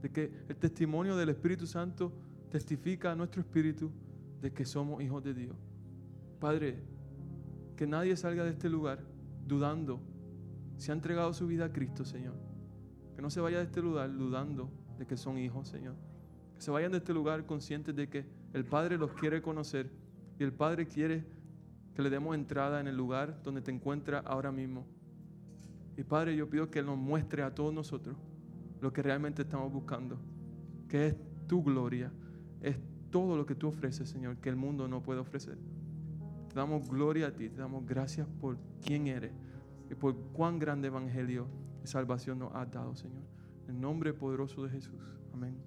[SPEAKER 1] de que el testimonio del Espíritu Santo testifica a nuestro espíritu de que somos hijos de Dios. Padre, que nadie salga de este lugar dudando si ha entregado su vida a Cristo, Señor. Que no se vaya de este lugar dudando de que son hijos, Señor. Que se vayan de este lugar conscientes de que el Padre los quiere conocer y el Padre quiere que le demos entrada en el lugar donde te encuentras ahora mismo. Y Padre, yo pido que nos muestre a todos nosotros lo que realmente estamos buscando, que es tu gloria, es todo lo que tú ofreces, Señor, que el mundo no puede ofrecer. Te damos gloria a ti, te damos gracias por quién eres y por cuán grande evangelio y salvación nos has dado, Señor. En el nombre poderoso de Jesús. Amén.